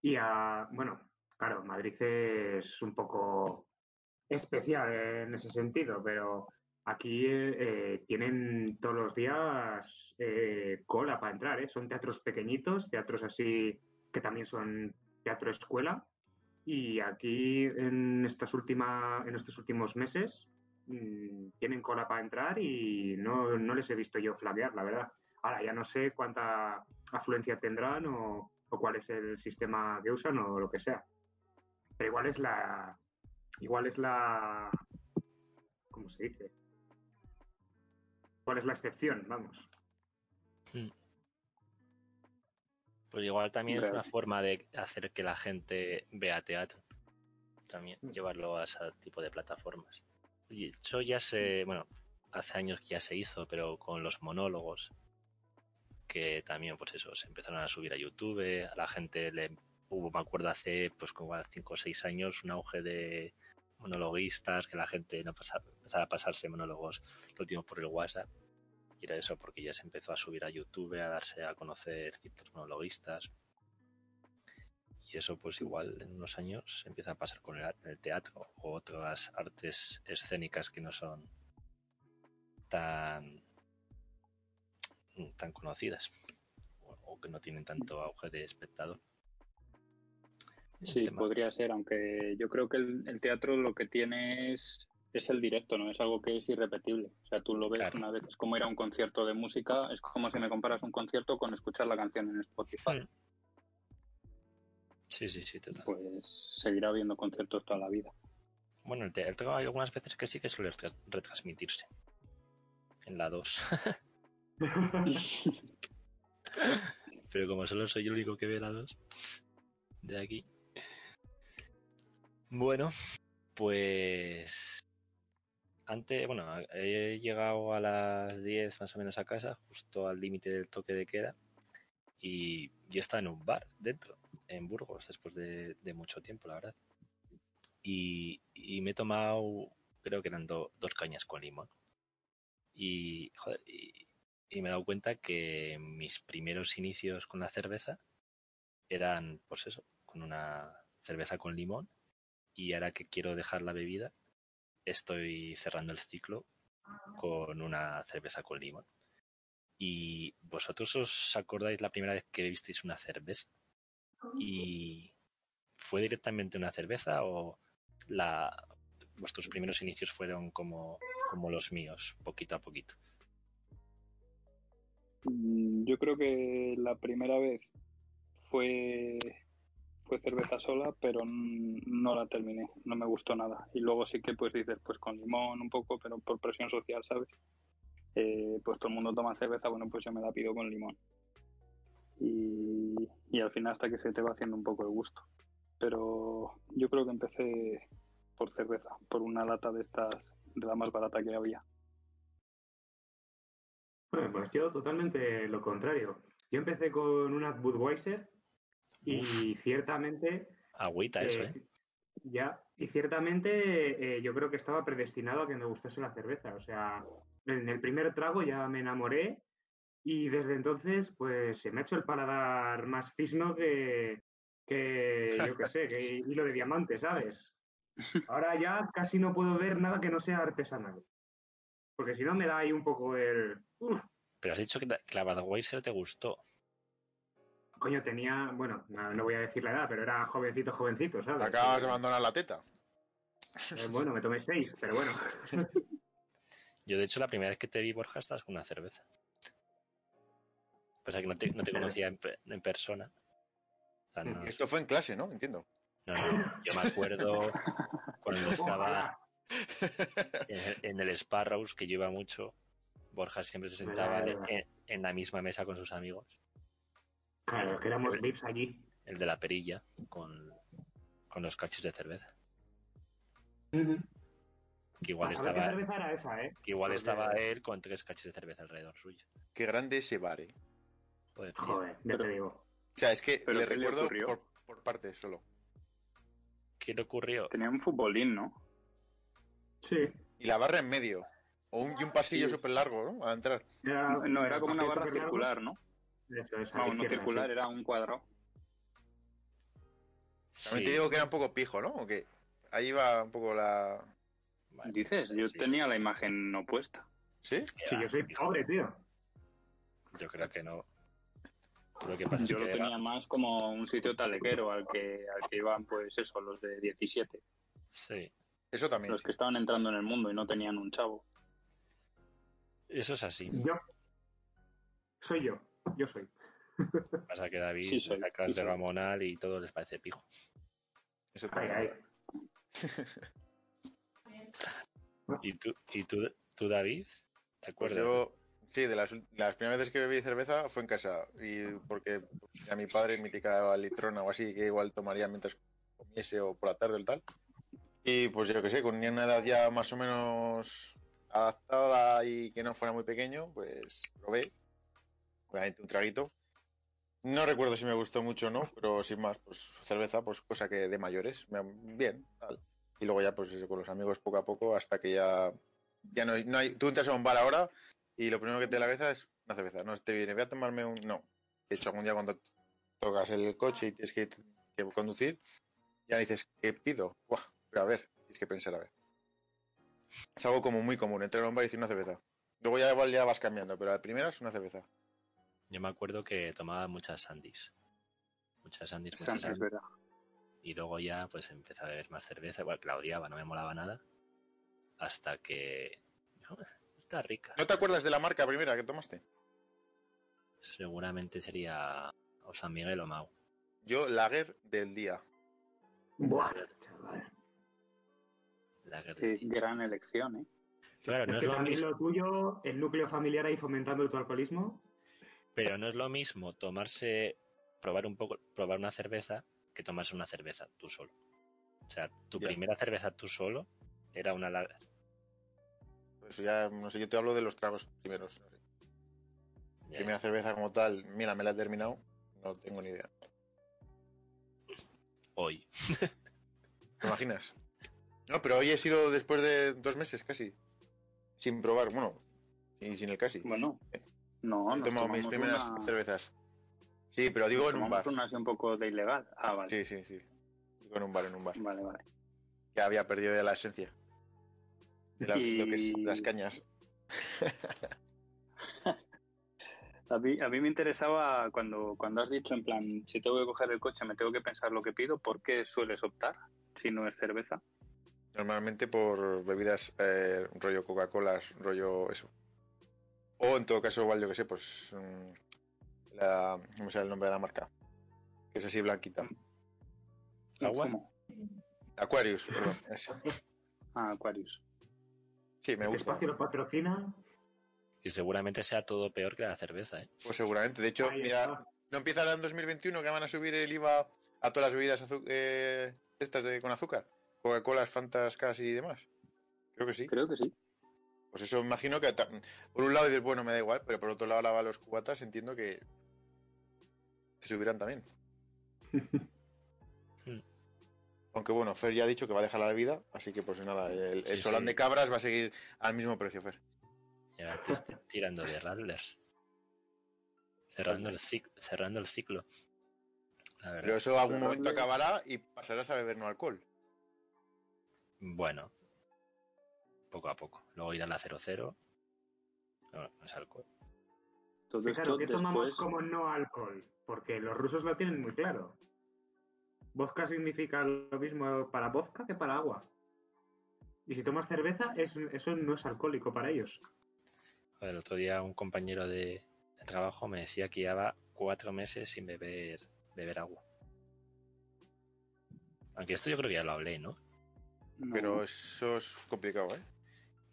Speaker 2: y, a, bueno, claro, Madrid es un poco especial en ese sentido, pero aquí eh, eh, tienen todos los días eh, cola para entrar, ¿eh? Son teatros pequeñitos, teatros así que también son teatro escuela y aquí en, estas última, en estos últimos meses mm, tienen cola para entrar y no, no les he visto yo flaquear, la verdad. Ahora ya no sé cuánta afluencia tendrán o, o cuál es el sistema que usan o lo que sea. Pero igual es la. Igual es la. ¿Cómo se dice? ¿Cuál es la excepción? Vamos.
Speaker 1: Pues igual también es
Speaker 4: Claro.
Speaker 1: una forma de hacer que la gente vea teatro. También llevarlo a ese tipo de plataformas. Y eso ya se, bueno, hace años que ya se hizo, pero con los monólogos, que también, pues eso, se empezaron a subir a YouTube, a la gente le hubo, me acuerdo, hace pues como 5 o 6 años, un auge de monologuistas, que la gente no pasa, empezaba a pasarse monólogos los últimos por el WhatsApp. Y era eso porque ya se empezó a subir a YouTube, a darse a conocer ciertos monologuistas. Y eso pues igual en unos años empieza a pasar con el, ar- el teatro o otras artes escénicas que no son tan, tan conocidas o, o que no tienen tanto auge de espectador. El
Speaker 4: Sí,
Speaker 1: tema-
Speaker 4: podría ser, aunque yo creo que el, el teatro lo que tiene es, es el directo, ¿no? Es algo que es irrepetible. O sea, tú lo ves
Speaker 1: Claro.
Speaker 4: una vez, es como ir a un concierto de música, es como si me comparas un concierto con escuchar la canción en Spotify.
Speaker 1: Mm. Sí, sí, sí, total.
Speaker 4: Pues seguirá habiendo conciertos toda la vida.
Speaker 1: Bueno, el teatro hay algunas veces que sí que suele retra- retransmitirse. En la 2. Pero como solo soy el único que ve la 2 de aquí. Bueno, pues antes, bueno, he llegado a las 10 más o menos a casa, justo al límite del toque de queda, y yo estaba en un bar dentro, en Burgos, después de, de mucho tiempo, la verdad. Y, y me he tomado, creo que eran do- dos cañas con limón. Y, joder, y, y me he dado cuenta que mis primeros inicios con la cerveza eran, pues eso, con una cerveza con limón. Y ahora que quiero dejar la bebida, estoy cerrando el ciclo con una cerveza con limón. ¿Y vosotros os acordáis la primera vez que bebisteis una cerveza? ¿Y fue directamente una cerveza o la, vuestros primeros inicios fueron como, como los míos, poquito a poquito?
Speaker 4: Mm, Yo creo que la primera vez fue, fue cerveza sola, pero n- no la terminé, no me gustó nada. Y luego sí que pues dices, pues con limón un poco, pero por presión social, ¿sabes? Eh, pues todo el mundo toma cerveza, bueno, pues yo me la pido con limón. Y, y al final hasta que se te va haciendo un poco el gusto. Pero yo creo que empecé por cerveza, por una lata de estas, de la más barata que había.
Speaker 2: Bueno, pues yo totalmente lo contrario. Yo empecé con una Budweiser y ciertamente
Speaker 1: Agüita eso, ¿eh?
Speaker 2: Eh, Ya, y ciertamente eh, yo creo que estaba predestinado a que me gustase la cerveza. O sea, en el primer trago ya me enamoré y desde entonces pues se me ha hecho el paladar más fisno que, que yo qué sé, que hilo de diamante, ¿sabes? Ahora ya casi no puedo ver nada que no sea artesanal. Porque si no me da ahí un poco el... "Uf,
Speaker 1: Pero has dicho que la, que la Budweiser te gustó.
Speaker 2: coño, tenía... Bueno, no, no voy a decir la edad, pero era jovencito, jovencito, ¿sabes?
Speaker 3: Acabas de abandonar la teta.
Speaker 2: Eh, bueno, me tomé seis, pero bueno.
Speaker 1: Yo, de hecho, la primera vez que te vi, Borja, estabas con una cerveza. Pasa que no te, no te conocía en, pe- en persona. O sea, no,
Speaker 3: Esto fue en clase, ¿no? Entiendo. *laughs*
Speaker 1: no, no. Yo me acuerdo
Speaker 2: *laughs*
Speaker 1: cuando
Speaker 2: Ojalá.
Speaker 1: estaba en el, en el Sparrows, que yo iba mucho. Borja siempre se sentaba en, en- en la misma mesa con sus amigos.
Speaker 2: Claro, que éramos VIPs allí.
Speaker 1: El de la perilla, con, con los cachis de cerveza. Que igual
Speaker 2: A ver Ah, qué
Speaker 1: estaba,
Speaker 2: cerveza era esa, ¿eh?
Speaker 1: que igual
Speaker 2: Porque-
Speaker 1: estaba él con tres cachis de cerveza alrededor suyo.
Speaker 3: Qué grande ese bar, ¿eh?
Speaker 1: Joder, tío.
Speaker 2: Joder, ya te digo.
Speaker 3: O sea, es que
Speaker 4: ¿Pero
Speaker 3: le
Speaker 4: qué le
Speaker 3: recuerdo
Speaker 4: ocurrió?
Speaker 3: por, por partes solo.
Speaker 1: ¿Qué le ocurrió?
Speaker 4: Tenía un futbolín, ¿no?
Speaker 2: Sí.
Speaker 3: Y la barra en medio. O un, y un pasillo
Speaker 4: Sí.
Speaker 3: súper largo, ¿no? A entrar.
Speaker 2: Era-
Speaker 4: No, era como una
Speaker 2: pasé
Speaker 4: barra
Speaker 2: superlargo.
Speaker 4: circular, ¿no?
Speaker 2: Eso es, a la
Speaker 4: No, no
Speaker 2: izquierda,
Speaker 4: circular,
Speaker 2: sí.
Speaker 4: era un cuadrado.
Speaker 3: También
Speaker 1: Sí.
Speaker 3: te digo que era un poco pijo, ¿no? O que ahí va un poco la...
Speaker 1: Vale,
Speaker 4: Dices,
Speaker 1: sí,
Speaker 4: yo
Speaker 1: sí.
Speaker 4: tenía la imagen opuesta.
Speaker 3: ¿Sí?
Speaker 2: Sí, yo soy pobre, tío.
Speaker 1: Yo creo que no. Tú lo que pasa
Speaker 4: Yo
Speaker 1: es
Speaker 4: lo
Speaker 1: que
Speaker 4: tenía más como un sitio talequero al que, al que iban, pues eso, los de 17.
Speaker 1: Sí,
Speaker 3: Eso también.
Speaker 4: Los
Speaker 3: sí.
Speaker 4: que estaban entrando en el mundo y no tenían un chavo.
Speaker 1: eso es así.
Speaker 2: Yo. Soy yo. Yo soy.
Speaker 1: Pasa que David
Speaker 4: Sí, soy,
Speaker 1: le sacas
Speaker 4: sí,
Speaker 1: de
Speaker 4: soy.
Speaker 1: Gamonal y todo les parece pijo.
Speaker 3: Eso
Speaker 2: Ay,
Speaker 3: también.
Speaker 2: ay.
Speaker 1: ¿Y tú, y tú, tú David? ¿Te
Speaker 3: Pues
Speaker 1: acuerdas?
Speaker 3: yo, sí, de las, ul- las primeras veces que bebí cerveza fue en casa. Y porque a mi padre mítica litrona o así, que igual tomaría mientras comiese o por la tarde o tal. Y pues yo que sé, con una edad ya más o menos adaptada y que no fuera muy pequeño, pues probé. Obviamente un traguito. No recuerdo si me gustó mucho o no, pero sin más, pues cerveza, pues cosa que de mayores. me- Bien, tal. Y Y luego ya, pues eso, con los amigos poco a poco, hasta que ya. Ya no hay, no hay. Tú entras a un bar ahora y lo primero que te da la cabeza es una cerveza. No te viene, voy a tomarme un. No. De hecho, algún día cuando tocas el coche y tienes que, que conducir, ya dices, ¿qué pido? Buah, pero a ver, tienes que pensar a ver. Es algo como muy común, entrar a un bar y decir una cerveza. Luego ya, igual ya vas cambiando, pero la primera es una cerveza.
Speaker 1: Yo me acuerdo que tomaba muchas sandys. Muchas sandys, muchas
Speaker 4: Santa, es
Speaker 1: sandys.
Speaker 4: verdad.
Speaker 1: Y luego ya pues empecé a beber más cerveza, igual que la odiaba, no me molaba nada. Hasta que... "No, está rica.
Speaker 3: ¿No te acuerdas de la marca primera que tomaste?
Speaker 1: Seguramente sería o San Miguel o Mau.
Speaker 3: Yo, Lager del día.
Speaker 2: Buah, chaval.
Speaker 1: La que
Speaker 4: Qué gran elección, ¿eh?
Speaker 1: Claro, no
Speaker 2: Es
Speaker 1: es
Speaker 2: que
Speaker 1: lo
Speaker 2: también
Speaker 1: mismo,
Speaker 2: lo tuyo, el núcleo familiar ahí fomentando tu alcoholismo.
Speaker 1: pero no es lo mismo tomarse, probar un poco, probar una cerveza que tomarse una cerveza tú solo. O sea, tu
Speaker 3: Ya.
Speaker 1: primera cerveza tú solo era una eh, lager.
Speaker 3: Pues ya, no sé, yo te hablo de los tragos primeros.
Speaker 1: Ya,
Speaker 3: Primera cerveza como tal, mira, me la he terminado. No tengo ni idea.
Speaker 1: Hoy.
Speaker 3: ¿Te imaginas? No, pero hoy he sido después de dos meses casi. Sin probar, bueno, y sin el casi.
Speaker 4: Bueno, no,
Speaker 3: he
Speaker 4: nos
Speaker 3: tomado mis
Speaker 4: tomamos
Speaker 3: primeras
Speaker 4: una-
Speaker 3: cervezas. Sí, pero digo
Speaker 4: nos
Speaker 3: en un
Speaker 4: tomamos
Speaker 3: bar.
Speaker 4: una así un poco de ilegal. Ah, vale.
Speaker 3: Sí, sí, sí. Digo en un bar, en un bar.
Speaker 4: Vale, vale.
Speaker 3: Ya había perdido ya la esencia. De la-
Speaker 4: Y-
Speaker 3: lo que es las cañas.
Speaker 4: A mí, a mí me interesaba cuando, cuando has dicho, en plan, si tengo que coger el coche, me tengo que pensar lo que pido, ¿por qué sueles optar si no es cerveza?
Speaker 3: Normalmente por bebidas eh, rollo Coca-Cola, rollo eso. O en todo caso, igual yo que sé, pues. mm, La, no sé el nombre de la marca. Que es así
Speaker 4: *laughs*
Speaker 3: blanquita.
Speaker 1: Agua.
Speaker 4: ¿Cómo?
Speaker 3: Aquarius, perdón. esa.
Speaker 4: Ah, Aquarius.
Speaker 3: Sí, me
Speaker 2: Este
Speaker 3: gusta.
Speaker 2: espacio lo patrocina.
Speaker 1: Y seguramente sea todo peor que la cerveza, ¿eh?
Speaker 3: Pues seguramente. De hecho,
Speaker 2: Ahí
Speaker 3: mira,
Speaker 2: está.
Speaker 3: no empieza ahora en 2021 que van a subir el IVA a todas las bebidas azu- eh, estas de, con azúcar. Coca-Cola, Fantas, Cas y demás. Creo que sí.
Speaker 4: Creo que sí.
Speaker 3: Pues eso imagino que ta- por un lado dices, bueno, me da igual, pero por otro lado ahora los cubatas entiendo que se
Speaker 2: *laughs*
Speaker 3: subirán también.
Speaker 1: Hmm.
Speaker 3: Aunque bueno, Fer ya ha dicho que va a dejar la bebida, así que pues nada, el, el
Speaker 1: Sí,
Speaker 3: solán
Speaker 1: sí.
Speaker 3: de cabras va a seguir al mismo precio, Fer.
Speaker 1: Y ahora te estoy tirando de Rattlers. Cerrando el, cic- cerrando el ciclo. La verdad.
Speaker 3: Pero eso algún
Speaker 4: Pero
Speaker 3: momento
Speaker 4: Robles-
Speaker 3: acabará y pasarás a beber no alcohol.
Speaker 1: Bueno, poco a poco. Luego irá la 0-0. No, no es alcohol.
Speaker 4: Pues Entonces,
Speaker 2: Fijaros,
Speaker 4: to-
Speaker 2: ¿qué tomamos
Speaker 4: después-
Speaker 2: como no alcohol? Porque los rusos lo tienen muy claro. Vodka significa lo mismo para vodka que para agua. Y si tomas cerveza, es- eso no es alcohólico para ellos.
Speaker 1: Joder, El otro día un compañero de, de trabajo me decía que llevaba cuatro meses sin beber, beber agua. Aunque esto yo creo que ya lo hablé, ¿no?
Speaker 4: No.
Speaker 3: Pero eso es complicado, ¿eh?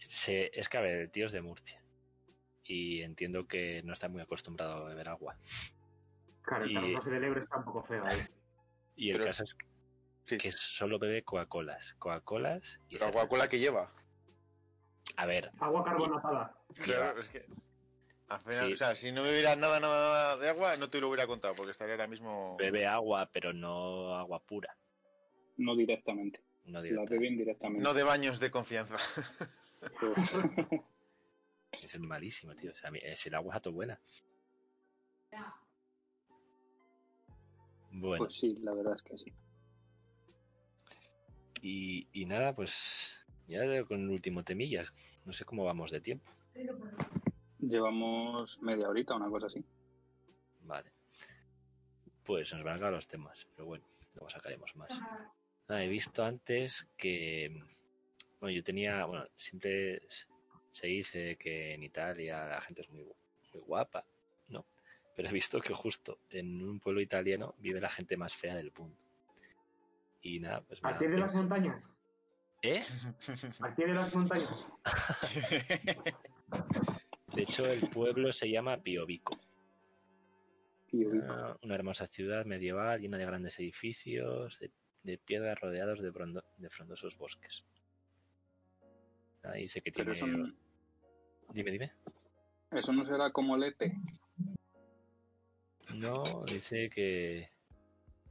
Speaker 1: Se- es que, a ver, el tío es de Murcia. Y entiendo que no está muy acostumbrado a beber agua.
Speaker 2: Claro, el
Speaker 1: Y-
Speaker 2: trasvase del Ebro está un poco feo ¿eh? ahí.
Speaker 1: Y el
Speaker 3: Pero es-
Speaker 1: caso es que,
Speaker 3: sí.
Speaker 1: que solo bebe Coca-Colas. Coca-Colas y
Speaker 3: Pero la
Speaker 1: cerveza.
Speaker 3: Coca-Cola que lleva.
Speaker 1: A ver,
Speaker 2: Agua carbonatada.
Speaker 1: Claro,
Speaker 3: es que... Al final,
Speaker 1: Sí.
Speaker 3: O sea, si no bebiera nada, nada, nada de agua, no te lo hubiera contado, porque estaría ahora mismo...
Speaker 1: bebe agua, pero no agua pura.
Speaker 4: No directamente.
Speaker 1: No
Speaker 4: La
Speaker 1: directa.
Speaker 4: beben directamente.
Speaker 3: No de baños de *laughs* confianza. *laughs*
Speaker 4: Pues-
Speaker 1: Es malísimo, tío. O sea, a mí- es el agua es a tu buena. Bueno,
Speaker 4: pues sí, la verdad es que sí.
Speaker 1: y, y nada, pues ya con el último temilla. No sé cómo vamos de tiempo.
Speaker 4: Llevamos media horita, una cosa así.
Speaker 1: Vale. Pues nos van a acabar los temas, pero bueno, luego sacaremos más. Ah, he visto antes que. Bueno, yo tenía. Bueno, siempre se dice que en Italia la gente es muy, gu- muy guapa, ¿no? Pero he visto que justo en un pueblo italiano vive la gente más fea del mundo. Y nada, pues. me
Speaker 2: Al
Speaker 1: da
Speaker 2: pie de las
Speaker 1: pena.
Speaker 2: montañas.
Speaker 1: ¿Eh?
Speaker 3: Pues
Speaker 2: Al pie de las montañas.
Speaker 1: De hecho, el pueblo se llama Piovico.
Speaker 4: Y hoy-
Speaker 1: Ah, una hermosa ciudad medieval llena de grandes edificios de, de piedra rodeados de, brondo- de frondosos bosques. Ah, dice que
Speaker 4: pero
Speaker 1: tiene.
Speaker 4: eso, no-
Speaker 1: Dime, dime.
Speaker 4: eso no será como E Lepe.
Speaker 1: No, dice que.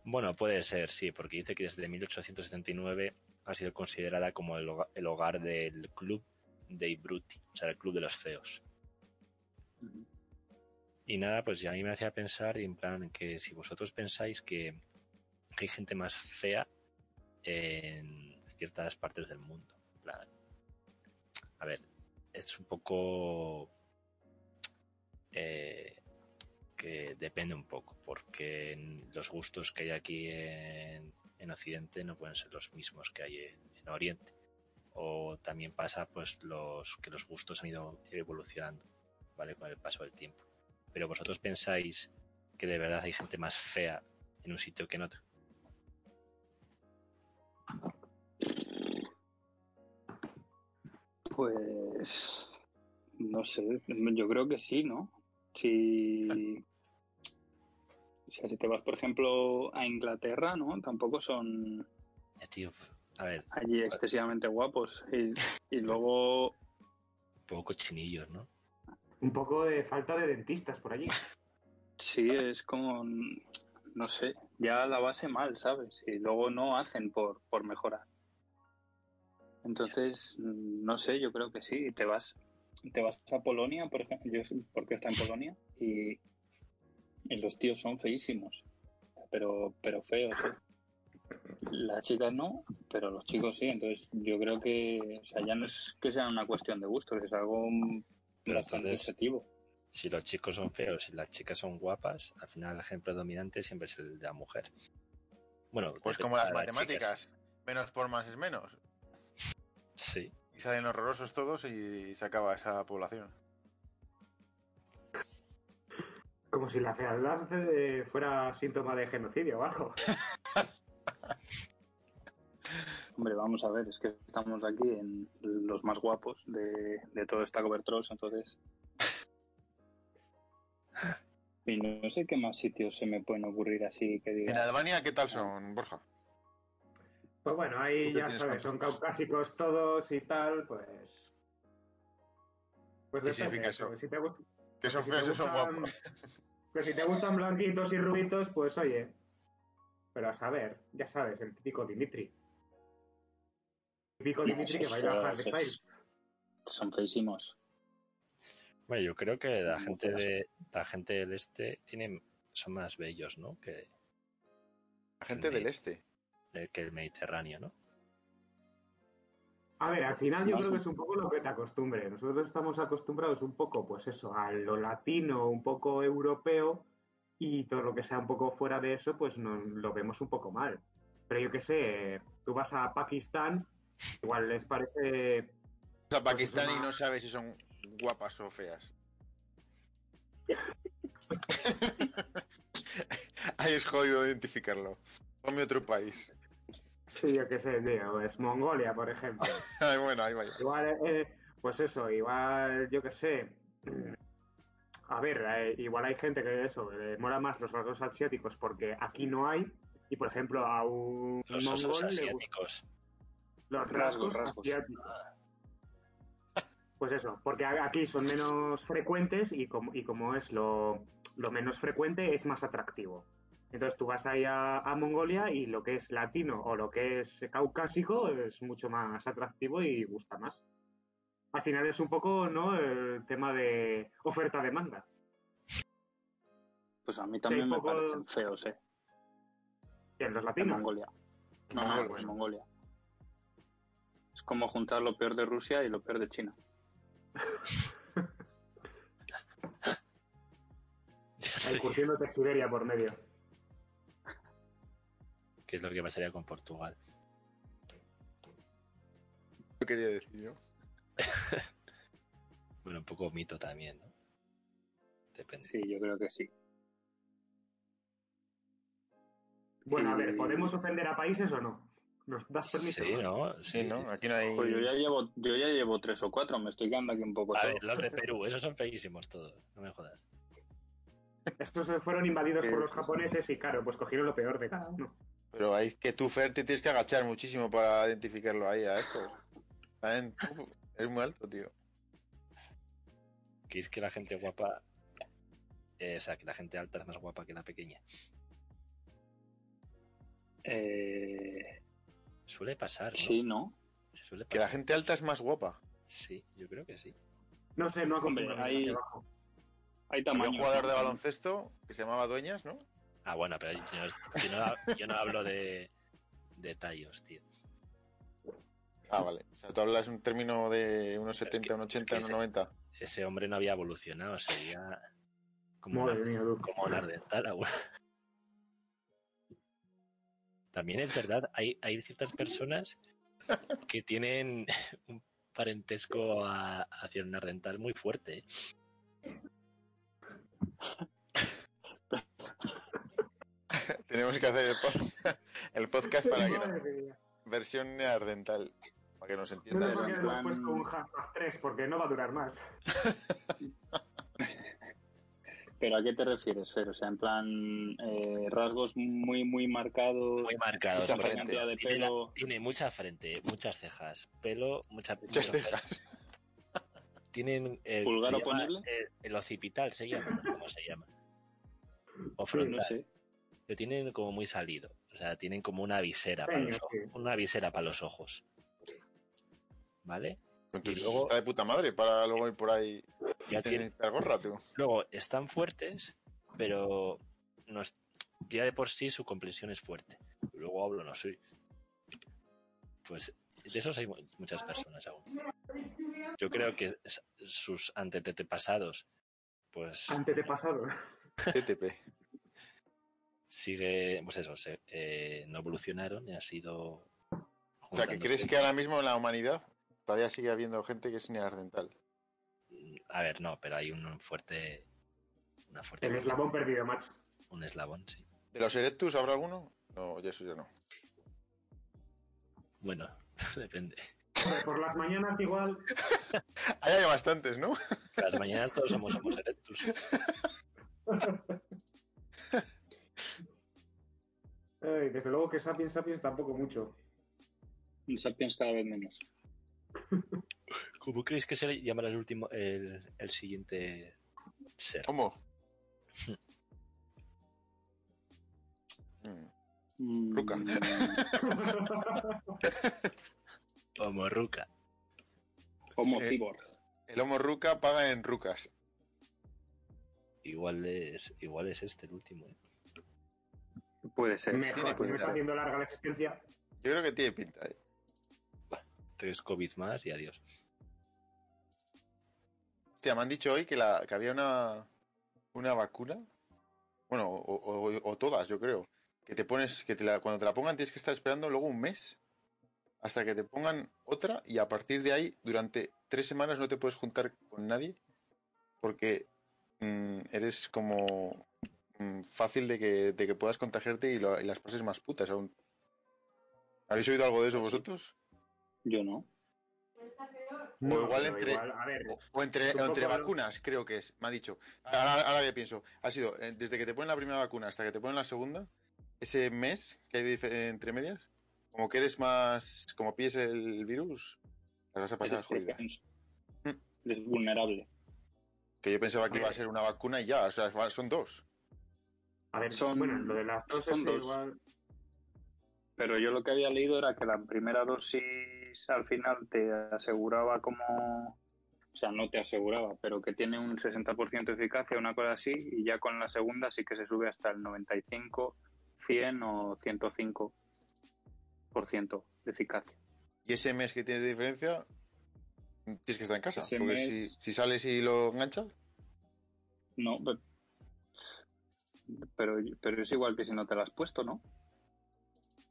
Speaker 1: Bueno, puede ser, sí, porque dice que desde 1879 ha sido considerada como el hoga- el hogar del club dei bruti, o sea, el club de los feos.
Speaker 4: Ujú.
Speaker 1: Y nada, pues ya a mí me hacía pensar, en plan, que si vosotros pensáis que, que hay gente más fea en ciertas partes del mundo. en plan, a ver, esto es un poco. eh, que depende un poco, porque en los gustos que hay aquí en, en Occidente no pueden ser los mismos que hay en, en Oriente. O también pasa pues los que los gustos han ido evolucionando, ¿vale? Con el paso del tiempo. Pero vosotros pensáis que de verdad hay gente más fea en un sitio que en otro.
Speaker 4: Pues no sé, yo creo que sí, ¿no? Si, o sea, si te vas, por ejemplo, a Inglaterra, ¿no? Tampoco son
Speaker 1: Ya, tío, a ver,
Speaker 4: allí excesivamente guapos. Y,
Speaker 3: *laughs*
Speaker 4: y luego,
Speaker 1: un poco cochinillos, ¿no?
Speaker 2: Un poco de falta de dentistas por allí.
Speaker 4: sí, es como, no sé, ya la base mal, ¿sabes? Y luego no hacen por, por mejorar. Entonces, no sé, yo creo que sí. Te vas, te vas a Polonia, por ejemplo, yo sé- porque está en Polonia, y, y los tíos son feísimos, pero, pero feos. ¿eh? Las chicas no, pero los chicos sí. Entonces, yo creo que, o sea, ya no es que sea una cuestión de gusto, es algo
Speaker 1: Pero
Speaker 4: bastante
Speaker 1: entonces-
Speaker 4: objetivo.
Speaker 1: Si los chicos son feos y las chicas son guapas, al final el ejemplo dominante siempre es el de la mujer. Bueno,
Speaker 3: Pues
Speaker 1: depende
Speaker 3: como las
Speaker 1: de
Speaker 3: matemáticas,
Speaker 1: chicas.
Speaker 3: menos por más es menos.
Speaker 1: Sí.
Speaker 3: Y salen horrorosos todos y se acaba esa población.
Speaker 2: Como si la fealdad eh, fuera síntoma de genocidio o algo.
Speaker 4: Hombre, vamos a ver, es que estamos aquí en los más guapos de, de todo esta Trolls, entonces. Y no sé qué más sitios se me pueden ocurrir así que
Speaker 3: ¿En
Speaker 4: diga.
Speaker 3: Albania qué tal son, Borja?
Speaker 2: Pues bueno,
Speaker 3: Tú
Speaker 2: ahí
Speaker 3: que
Speaker 2: ya
Speaker 3: tienes
Speaker 2: sabes, son
Speaker 3: contactos.
Speaker 2: caucásicos todos y tal, pues. Pues
Speaker 3: ¿Qué
Speaker 2: depende,
Speaker 3: significa eso?
Speaker 2: pues Si te, gust-
Speaker 3: Que son
Speaker 2: si te
Speaker 3: feos y son
Speaker 2: gustan-
Speaker 3: guapos.
Speaker 2: pues si te gustan blanquitos y rubitos, pues oye. Pero a saber, ya sabes, el típico Dimitri. Típico
Speaker 4: No,
Speaker 2: Dimitri que
Speaker 4: esos-
Speaker 2: baila
Speaker 4: esos
Speaker 2: hardstyle.
Speaker 4: Son feísimos.
Speaker 1: Bueno, yo creo que la
Speaker 4: Muy
Speaker 1: gente
Speaker 4: buenas.
Speaker 1: de la gente del este tienen son más bellos, ¿no? Que,
Speaker 3: La gente del este.
Speaker 1: que el Mediterráneo, ¿no?
Speaker 2: A ver, al final yo
Speaker 4: No,
Speaker 2: creo
Speaker 4: sí.
Speaker 2: que es un poco lo que te acostumbre. Nosotros estamos acostumbrados un poco, pues eso, a lo latino, un poco europeo, y todo lo que sea un poco fuera de eso, pues nos lo vemos un poco mal. Pero yo qué sé, tú vas a Pakistán, igual les parece
Speaker 3: O sea, Pakistán
Speaker 2: Pues
Speaker 3: y
Speaker 2: una-
Speaker 3: no sabe si son guapas o feas. *laughs* Ahí es jodido identificarlo. Ponme otro país. *laughs*
Speaker 2: Sí, yo qué sé, tío, pues Mongolia, por ejemplo.
Speaker 3: Ay, bueno, ahí vaya.
Speaker 2: Igual, eh, pues eso, igual, yo qué sé. A ver, eh, igual hay gente que eso, le mola más los rasgos asiáticos porque aquí no hay. Y por ejemplo, a un
Speaker 1: Los
Speaker 2: mongol
Speaker 1: osos
Speaker 2: le
Speaker 1: asiáticos.
Speaker 2: gustan los
Speaker 4: Rasgos,
Speaker 2: rasgos,
Speaker 4: rasgos.
Speaker 2: asiáticos. Pues eso, porque a- aquí son menos frecuentes y como, y como es lo, lo menos frecuente, es más atractivo. Entonces tú vas ahí a, a Mongolia y lo que es latino o lo que es caucásico es mucho más atractivo y gusta más. Al final es un poco, ¿no? El tema de oferta-demanda.
Speaker 4: Pues a mí también me
Speaker 2: poco-
Speaker 4: parecen feos, ¿eh?
Speaker 2: En los
Speaker 4: En
Speaker 2: latinos.
Speaker 4: Mongolia. No, no,
Speaker 3: Mongolos.
Speaker 4: en Mongolia. Es como juntar lo peor de Rusia y lo peor de China.
Speaker 2: La incursión de textilería por medio.
Speaker 1: *laughs* que es lo que pasaría con Portugal.
Speaker 3: Lo quería decir yo.
Speaker 1: Bueno, un poco mito también, ¿no? Depende.
Speaker 4: Sí, yo creo que sí.
Speaker 2: Bueno, a ver,
Speaker 4: Y-
Speaker 2: ¿podemos ofender a países o no? ¿Nos das permiso?
Speaker 1: Sí, ¿no?
Speaker 3: Sí, ¿no? Aquí no hay.
Speaker 4: Pues yo ya llevo, yo ya llevo tres o cuatro, me estoy quedando aquí un poco
Speaker 1: A
Speaker 3: Pues
Speaker 4: solo.
Speaker 1: ver, los de Perú, esos son feísimos todos, no me jodas.
Speaker 2: Estos fueron invadidos
Speaker 4: Sí,
Speaker 2: por los
Speaker 4: sí, sí.
Speaker 2: japoneses y claro, pues cogieron lo peor de cada uno.
Speaker 3: Pero hay que tú, Fer, te tienes que agachar muchísimo para identificarlo ahí a esto. También tú, Es muy alto, tío.
Speaker 1: Que es que la gente guapa, eh, o sea, que la gente alta es más guapa que la pequeña.
Speaker 4: Eh,
Speaker 1: Suele pasar, ¿no?
Speaker 4: Sí, ¿no?
Speaker 1: Suele
Speaker 3: Que
Speaker 1: pasar.
Speaker 3: la gente alta es más guapa.
Speaker 1: Sí, yo creo que sí.
Speaker 2: No sé, no
Speaker 4: Hombre,
Speaker 2: acompaña
Speaker 4: ahí-
Speaker 2: debajo.
Speaker 4: Hay
Speaker 3: Había
Speaker 4: tamaño.
Speaker 3: un jugador de baloncesto que se llamaba Dueñas, ¿no?
Speaker 1: Ah, bueno, pero yo no, yo no- yo no hablo de, de tallos, tío.
Speaker 3: Ah, vale. O sea, tú hablas un término de unos
Speaker 1: Es que-
Speaker 3: 70, unos
Speaker 1: es que
Speaker 3: 80, unos
Speaker 1: ese-
Speaker 3: 90.
Speaker 1: Ese hombre no había evolucionado, sería como,
Speaker 2: Madre
Speaker 1: una,
Speaker 2: mía, Duke.
Speaker 1: como una dental. ah, bueno. También es verdad, hay, hay ciertas personas que tienen *laughs* un parentesco a, hacia un ardental muy fuerte. ¿eh?
Speaker 3: Tenemos que hacer el, pod- *laughs* el podcast para que no.
Speaker 2: Madre mía.
Speaker 3: Versión ardental. Para que nos entiendan.
Speaker 2: Menos mal
Speaker 4: Dale,
Speaker 2: que no le
Speaker 4: en
Speaker 2: he
Speaker 4: plan-
Speaker 2: puesto un hashtag 3 porque no va a durar más.
Speaker 4: Pero ¿a qué te refieres, Fer? O sea, en plan, eh, rasgos muy, muy marcados.
Speaker 1: Muy marcados.
Speaker 3: Mucha
Speaker 1: porque
Speaker 3: frente.
Speaker 4: cantidad de
Speaker 1: Tiene, la-
Speaker 4: pelo.
Speaker 1: tiene mucha frente, muchas cejas, pelo, mucha-
Speaker 3: Muchas
Speaker 1: muchas
Speaker 3: *laughs* cejas.
Speaker 1: Tienen el,
Speaker 4: ¿Pulgar
Speaker 1: se
Speaker 4: oponible?
Speaker 1: el, el occipital se llama, ¿no? ¿cómo se llama? O
Speaker 2: Sí,
Speaker 1: frontal.
Speaker 4: No sé.
Speaker 1: Lo tienen como muy salido. O sea, tienen como una visera para
Speaker 2: Peña,
Speaker 1: los ojos.
Speaker 2: sí.
Speaker 1: Una visera para los ojos. ¿Vale?
Speaker 3: Entonces,
Speaker 1: Y luego-
Speaker 3: está de puta madre para luego ir por ahí
Speaker 1: Ya
Speaker 3: en
Speaker 1: tienen-
Speaker 3: esta gorra, tú.
Speaker 1: *laughs* Luego, están fuertes, pero no es- ya de por sí su complexión es fuerte. Luego hablo, no soy. Pues de esos hay mu- muchas personas aún. Yo creo que s- sus antetetepasados, pues
Speaker 2: Antes de pasado.
Speaker 3: TTP.
Speaker 1: sigue, pues eso, se- eh, no evolucionaron y ha sido.
Speaker 3: O sea, que crees que ahora mismo en la humanidad todavía sigue habiendo gente que es neardental.
Speaker 1: A ver, no, pero hay un fuerte. Una fuerte.
Speaker 2: El eslabón perdido, macho.
Speaker 1: Un eslabón, sí.
Speaker 3: ¿De los Erectus habrá alguno? No, ya eso ya no. *laughs*
Speaker 1: Bueno, *laughs* depende.
Speaker 2: Hombre, Por las mañanas igual.
Speaker 3: Ahí hay bastantes, ¿no? *laughs*
Speaker 1: Las mañanas todos somos Homo erectus.
Speaker 2: Ay, eh, desde luego que Sapiens Sapiens tampoco mucho.
Speaker 4: Sapiens cada vez menos.
Speaker 1: ¿Cómo creéis que se le llamará el último, el, el siguiente ser? *laughs*
Speaker 3: ¿Cómo? Mm.
Speaker 4: Mm,
Speaker 3: Ruca.
Speaker 1: Homo Ruca.
Speaker 4: Homo
Speaker 3: *laughs* Eh.
Speaker 4: cyborg.
Speaker 3: El Homo Ruca paga en Rucas.
Speaker 1: Igual es, igual es este el último. ¿eh?
Speaker 4: Puede ser.
Speaker 2: Mejor, pues me está haciendo larga la existencia.
Speaker 3: Yo creo que tiene pinta. ¿eh?
Speaker 1: Tres COVID más y adiós.
Speaker 3: Hostia, me han dicho hoy que, la, que había una, una vacuna. Bueno, o, o- o todas, yo creo. Que te pones, que te la- cuando te la pongan tienes que estar esperando luego un mes hasta que te pongan otra y a partir de ahí durante tres semanas no te puedes juntar con nadie porque mm, eres como mm, fácil de que, de que puedas contagiarte y, lo- y las pases más putas aún. ¿Habéis oído algo de eso vosotros?
Speaker 4: Yo no.
Speaker 3: O igual
Speaker 2: pero
Speaker 3: entre-
Speaker 2: igual, a ver,
Speaker 3: O, o entre,
Speaker 2: Supongo
Speaker 3: o entre
Speaker 2: que-
Speaker 3: vacunas, creo que es, me ha dicho. Ahora, ahora que pienso, ha sido eh, desde que te ponen la primera vacuna hasta que te ponen la segunda, ese mes que hay de dife- entre medias, como que eres más. como pilles el virus, las vas a pasar
Speaker 4: Eres
Speaker 3: jodida.
Speaker 4: propenso.
Speaker 3: Mm.
Speaker 4: Eres vulnerable.
Speaker 3: Que yo pensaba que iba a ser una vacuna y ya, o sea, va- son dos.
Speaker 2: a ver,
Speaker 4: son-
Speaker 2: bueno, lo de las dos
Speaker 4: son
Speaker 2: es
Speaker 4: dos.
Speaker 2: igual.
Speaker 4: Pero yo lo que había leído era que la primera dosis al final te aseguraba como... O sea, no te aseguraba, pero que tiene un 60% de eficacia, una cosa así, y ya con la segunda sí que se sube hasta el 95, 100 o 105% de eficacia.
Speaker 3: Y ese mes que tienes de diferencia, tienes que estar en casa.
Speaker 4: Ese
Speaker 3: porque
Speaker 4: mes-
Speaker 3: si, si sales y lo enganchas,
Speaker 4: No, pe- pero, pero es igual que si no te la has puesto, ¿no?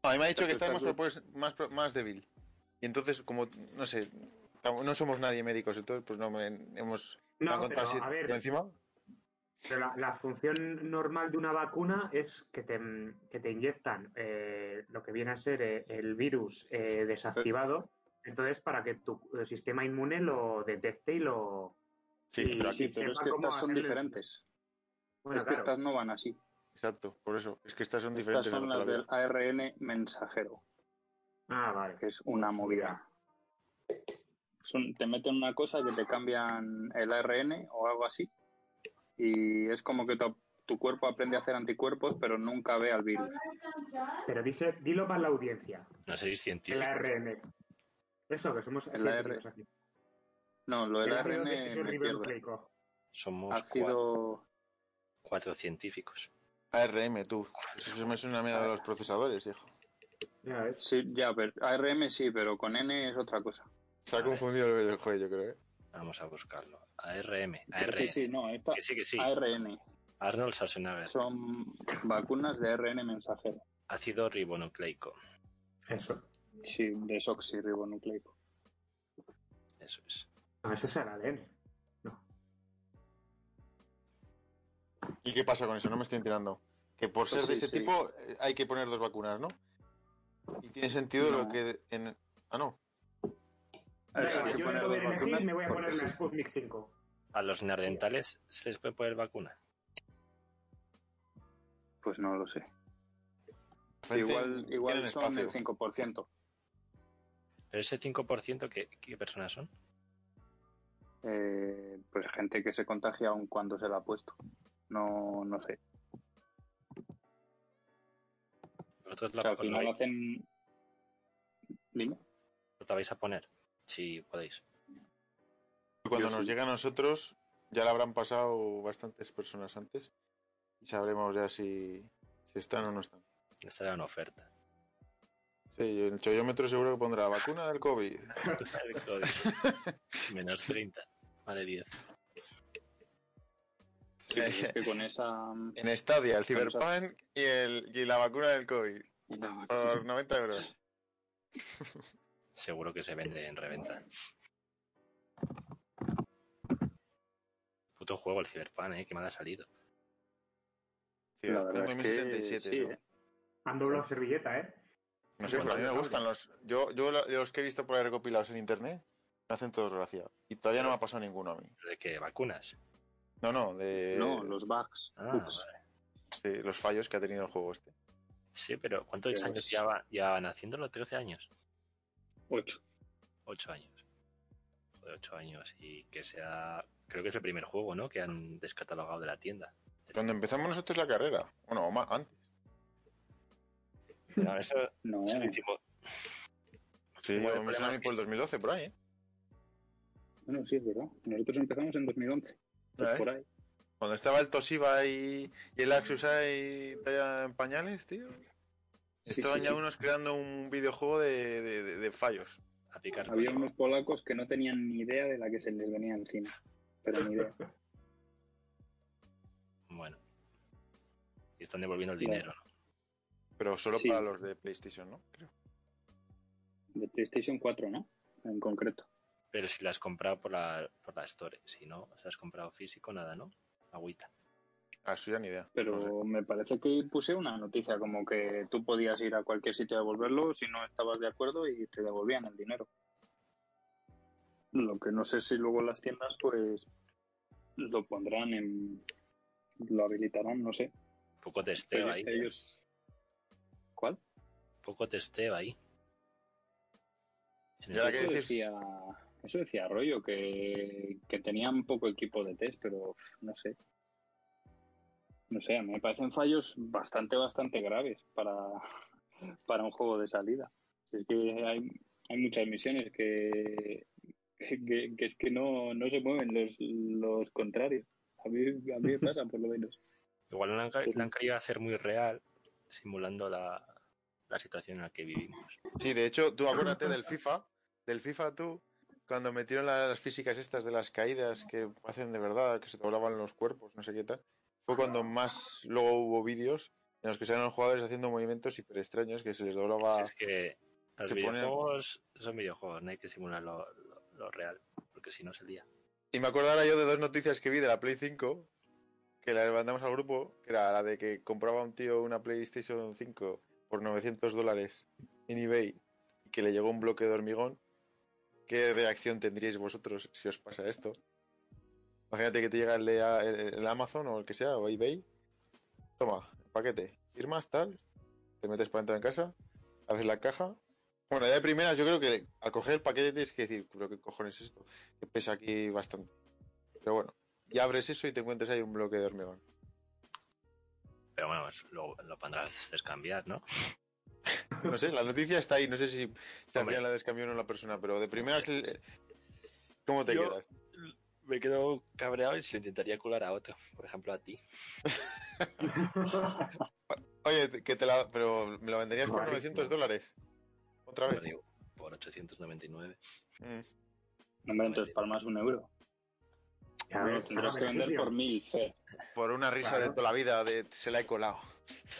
Speaker 3: No, a mí me ha dicho que
Speaker 4: Entonces,
Speaker 3: estás más,
Speaker 4: tal
Speaker 3: propus- más, pro- más débil. Y entonces, como, no sé, tam- no somos nadie médicos, entonces, pues no me, hemos. me han
Speaker 2: No,
Speaker 3: contado
Speaker 2: pero
Speaker 3: así
Speaker 2: a ver,
Speaker 3: por encima.
Speaker 2: Pero la, la función normal de una vacuna es que te, que te inyectan eh, lo que viene a ser eh, el virus eh, desactivado, entonces para que tu eh, sistema inmune lo detecte y lo...
Speaker 3: Sí,
Speaker 2: y-
Speaker 3: pero aquí-
Speaker 2: Sí,
Speaker 4: Sí, pero es
Speaker 2: sepa
Speaker 4: que
Speaker 2: cómo
Speaker 4: estas son
Speaker 2: hacerle-
Speaker 4: diferentes.
Speaker 2: Bueno,
Speaker 4: es que
Speaker 2: claro,
Speaker 4: estas no van así.
Speaker 3: Exacto, por eso. Es que estas son
Speaker 4: Estas
Speaker 3: diferentes.
Speaker 4: son
Speaker 3: a
Speaker 4: las
Speaker 3: la
Speaker 4: del
Speaker 3: otra.
Speaker 4: ARN mensajero,
Speaker 2: Ah, vale.
Speaker 4: que es una movida. Son, te meten una cosa que te cambian el ARN o algo así. Y es como que te, tu cuerpo aprende a hacer anticuerpos, pero nunca ve al virus.
Speaker 2: Pero dice, dilo para la audiencia.
Speaker 1: No seréis
Speaker 2: El
Speaker 1: científicos.
Speaker 2: ARN. Eso, que somos
Speaker 4: El ARN.
Speaker 2: científicos aquí.
Speaker 4: No, lo del
Speaker 2: El ácido
Speaker 4: ARN me pierdo.
Speaker 2: desoxirribonucleico.
Speaker 1: Somos
Speaker 4: Ha
Speaker 1: cua- cuatro,
Speaker 4: sido...
Speaker 1: científicos.
Speaker 3: ARM, tú. Eso me suena miedo a los procesadores, hijo.
Speaker 2: Ya ves.
Speaker 4: Sí, ya, pero ARM sí, pero con N es otra cosa.
Speaker 3: Se ha confundido el del juego, yo creo, ¿eh?
Speaker 1: Vamos a buscarlo. ARM. ARN.
Speaker 4: Pero Sí, sí, no, esta
Speaker 1: Que sí, que sí.
Speaker 4: ARN.
Speaker 1: Arnold Schwarzenegger.
Speaker 4: Son vacunas de ARN mensajero.
Speaker 1: Ácido ribonucleico.
Speaker 2: Eso.
Speaker 4: Sí, desoxirribonucleico.
Speaker 1: Eso es.
Speaker 2: No, eso es el ADN.
Speaker 3: ¿Y qué pasa con eso? No me estoy enterando. Que por ser
Speaker 4: Pues
Speaker 3: de
Speaker 4: sí,
Speaker 3: ese
Speaker 4: sí.
Speaker 3: tipo eh, hay que poner dos vacunas, ¿no? Y tiene sentido lo
Speaker 4: No.
Speaker 3: que... en- Ah, no.
Speaker 4: Eso,
Speaker 2: Venga,
Speaker 4: hay que
Speaker 2: yo no
Speaker 4: poner
Speaker 2: voy
Speaker 4: dos
Speaker 2: a elegir,
Speaker 4: vacunas
Speaker 2: me voy a
Speaker 4: porque
Speaker 2: poner
Speaker 4: sí.
Speaker 2: una Sputnik 5.
Speaker 1: ¿A los neandertales se les puede poner vacuna?
Speaker 4: Pues no lo sé.
Speaker 3: Frente-
Speaker 4: igual igual
Speaker 3: tienen
Speaker 4: son
Speaker 3: espacio.
Speaker 4: el 5%.
Speaker 1: Pero ese 5%, ¿qué, qué personas son?
Speaker 4: Eh, pues gente que se contagia aun cuando se la ha puesto. No, no sé.
Speaker 1: ¿Vosotros
Speaker 4: O
Speaker 1: la,
Speaker 4: sea, al
Speaker 1: la
Speaker 4: final
Speaker 1: vais,
Speaker 4: hacen... Dime.
Speaker 1: la vais a poner? Si podéis.
Speaker 3: Cuando
Speaker 4: Yo
Speaker 3: nos
Speaker 4: sí.
Speaker 3: llegue a nosotros, ya la habrán pasado bastantes personas antes y sabremos ya si, si están o no están.
Speaker 1: Esta era una oferta.
Speaker 3: Sí, yo- el chollómetro seguro que pondrá vacuna del COVID.
Speaker 1: El código. Menos 30. Vale 10.
Speaker 4: Sí, pero es que *laughs* con esa...
Speaker 3: En Stadia, el
Speaker 4: Vamos a-
Speaker 3: Cyberpunk y, el, y la vacuna del COVID
Speaker 4: y la vacuna. *laughs*
Speaker 3: por 90 euros.
Speaker 1: Seguro que se vende en reventa. Puto juego el Cyberpunk, ¿eh? Que mal ha salido.
Speaker 4: La
Speaker 3: Cyberpunk
Speaker 4: verdad es que
Speaker 3: 2077,
Speaker 4: sí,
Speaker 3: ¿no?
Speaker 4: ¿eh?
Speaker 2: Han doblado servilleta, ¿eh?
Speaker 3: No sé, pero a mí me gustan los. Yo, yo lo- los que he visto por ahí recopilados en internet me hacen todos gracia. Y todavía no me ha pasado ninguno a mí.
Speaker 1: ¿De qué? ¿Vacunas?
Speaker 3: No, no, de,
Speaker 4: No, los bugs.
Speaker 1: Ah,
Speaker 4: bugs.
Speaker 1: vale.
Speaker 3: de los fallos que ha tenido el juego este.
Speaker 1: Sí, pero ¿cuántos
Speaker 4: Pues-
Speaker 1: años llevaba- llevaban haciéndolo? ¿13 años?
Speaker 4: Ocho.
Speaker 1: 8 años. Joder, 8 años. Y que sea. Creo que es el primer juego, ¿no? Que han descatalogado de la tienda.
Speaker 3: Cuando empezamos nosotros la carrera, bueno, o más, antes.
Speaker 1: No, eso
Speaker 4: No,
Speaker 1: se lo hicimos-
Speaker 3: Sí,
Speaker 1: Bueno, el
Speaker 3: me
Speaker 1: problema
Speaker 3: suena a mí
Speaker 1: es
Speaker 3: por el 2012, por ahí, ¿eh?
Speaker 4: bueno, sí, es verdad. Nosotros empezamos en 2011. Pues
Speaker 3: ¿Eh?
Speaker 4: por ahí.
Speaker 3: Cuando estaba el Toshiba y, y el Asus ahí talla en pañales, tío.
Speaker 4: Sí,
Speaker 3: Estaban
Speaker 4: sí,
Speaker 3: ya
Speaker 4: sí.
Speaker 3: unos creando un videojuego de, de- de- de fallos.
Speaker 1: a picar.
Speaker 4: Había
Speaker 1: código.
Speaker 4: unos polacos que no tenían ni idea de la que se les venía encima. Pero ni idea.
Speaker 1: Bueno. Y están devolviendo el
Speaker 4: Claro.
Speaker 1: dinero, ¿no?
Speaker 3: Pero solo
Speaker 4: Sí.
Speaker 3: para los de PlayStation, ¿no? Creo.
Speaker 4: De PlayStation 4, ¿no? En concreto.
Speaker 1: Pero si la has comprado por la, por la Store. Si no, si has comprado físico, nada, ¿no? Agüita.
Speaker 3: Ah, eso ya ni idea.
Speaker 4: Pero
Speaker 3: No sé.
Speaker 4: me parece que puse una noticia como que tú podías ir a cualquier sitio a devolverlo si no estabas de acuerdo y te devolvían el dinero. Lo que no sé si luego las tiendas pues lo pondrán en... lo habilitarán, no sé.
Speaker 1: Un poco testeo
Speaker 4: Ellos-
Speaker 1: Este ahí.
Speaker 4: ellos... ¿Cuál?
Speaker 1: Un poco testeo ahí. En el-
Speaker 3: Ya la que-
Speaker 4: Eso
Speaker 3: decís-
Speaker 4: decía, eso decía Rollo, que, que tenían poco equipo de test, pero no sé. No sé, a mí me parecen fallos bastante, bastante graves para, para un juego de salida. Es que hay, hay muchas misiones que, que, que es que no, no se mueven los, los contrarios. A mí, a mí me pasa, por lo menos.
Speaker 1: Igual la han, ca- la han querido hacer muy real, simulando la, la situación en la que vivimos.
Speaker 3: Sí, de hecho, tú acuérdate del FIFA. Del FIFA, tú, cuando metieron la- las físicas estas de las caídas que hacen de verdad, que se doblaban los cuerpos, no sé qué tal, fue cuando más luego hubo vídeos en los que salían los jugadores haciendo movimientos hiper extraños que se les doblaba.
Speaker 1: Si es que los
Speaker 3: Se pone-
Speaker 1: videojuegos son videojuegos, no hay que simular lo, lo- lo real, porque si no se lía.
Speaker 3: Y me acordaba yo de dos noticias que vi de la Play 5, que la levantamos al grupo, que era la de que compraba un tío una PlayStation 5 por 900 dólares en eBay y que le llegó un bloque de hormigón. ¿Qué reacción tendríais vosotros si os pasa esto? Imagínate que te llega el de A- el- el Amazon o el que sea, o eBay. Toma, paquete. Firmas, tal. Te metes para entrar en casa. Haces la caja. Bueno, ya de primeras yo creo que al coger el paquete tienes que decir, pero qué cojones es esto que pesa aquí bastante. Pero bueno, ya abres eso y te encuentras ahí un bloque de hormigón.
Speaker 1: Pero bueno, es- lo, lo podrás descambiar, ¿no?
Speaker 3: No sé, la noticia está ahí. No sé si se
Speaker 1: Hombre.
Speaker 3: hacía la descambió o la persona, pero de primeras. el- ¿Cómo te
Speaker 1: Yo-
Speaker 3: quedas?
Speaker 1: Me quedo cabreado y se intentaría cular a otro, por ejemplo a ti.
Speaker 3: Oye, te- que te la. Pero me la venderías por
Speaker 2: Vale.
Speaker 3: 900 dólares. Otra
Speaker 1: Lo
Speaker 3: vez.
Speaker 1: digo, por 899.
Speaker 3: Mm.
Speaker 4: Hombre, entonces palmas un euro.
Speaker 2: A ver,
Speaker 4: Lo tendrás que
Speaker 2: haga
Speaker 4: vender
Speaker 2: beneficio.
Speaker 4: por mil, Fer.
Speaker 3: Por una risa
Speaker 2: Claro.
Speaker 3: de toda la vida, de se la he colado.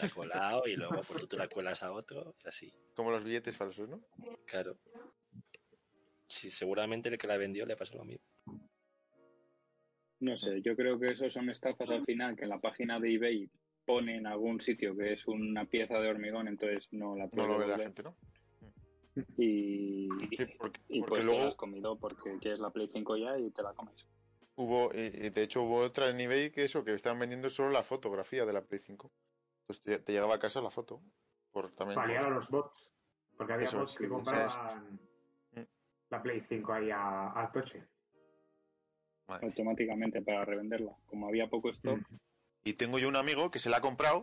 Speaker 1: Te ha colado y luego pues, tú te la cuelas a otro y así.
Speaker 3: Como los billetes falsos, ¿no?
Speaker 1: Claro. Sí, seguramente el que la vendió le pasó lo mismo.
Speaker 4: No sé, yo creo que eso son estafas al final que en la página de eBay pone en algún sitio que es una pieza de hormigón, entonces no la
Speaker 3: No
Speaker 4: puedes
Speaker 3: lo ve la
Speaker 4: devolver.
Speaker 3: gente, ¿no?
Speaker 4: Y,
Speaker 3: Sí, porque,
Speaker 4: y
Speaker 3: porque
Speaker 4: pues te la
Speaker 3: luego
Speaker 4: has comido porque quieres la Play 5 ya y te la comes.
Speaker 3: hubo. y- y de hecho, hubo otra en eBay que eso, que estaban vendiendo solo la fotografía de la Play 5. Entonces te, te llegaba a casa la foto. Por también.
Speaker 2: paliar a los bots. Porque había
Speaker 3: Eso
Speaker 2: bots
Speaker 3: es,
Speaker 2: que
Speaker 3: eso
Speaker 2: compraban
Speaker 3: es.
Speaker 2: la Play 5 ahí a, al toche.
Speaker 3: Madre mía.
Speaker 4: automáticamente para revenderla. Como había poco
Speaker 3: Mm.
Speaker 4: stock,
Speaker 3: Y tengo yo un amigo que se la ha comprado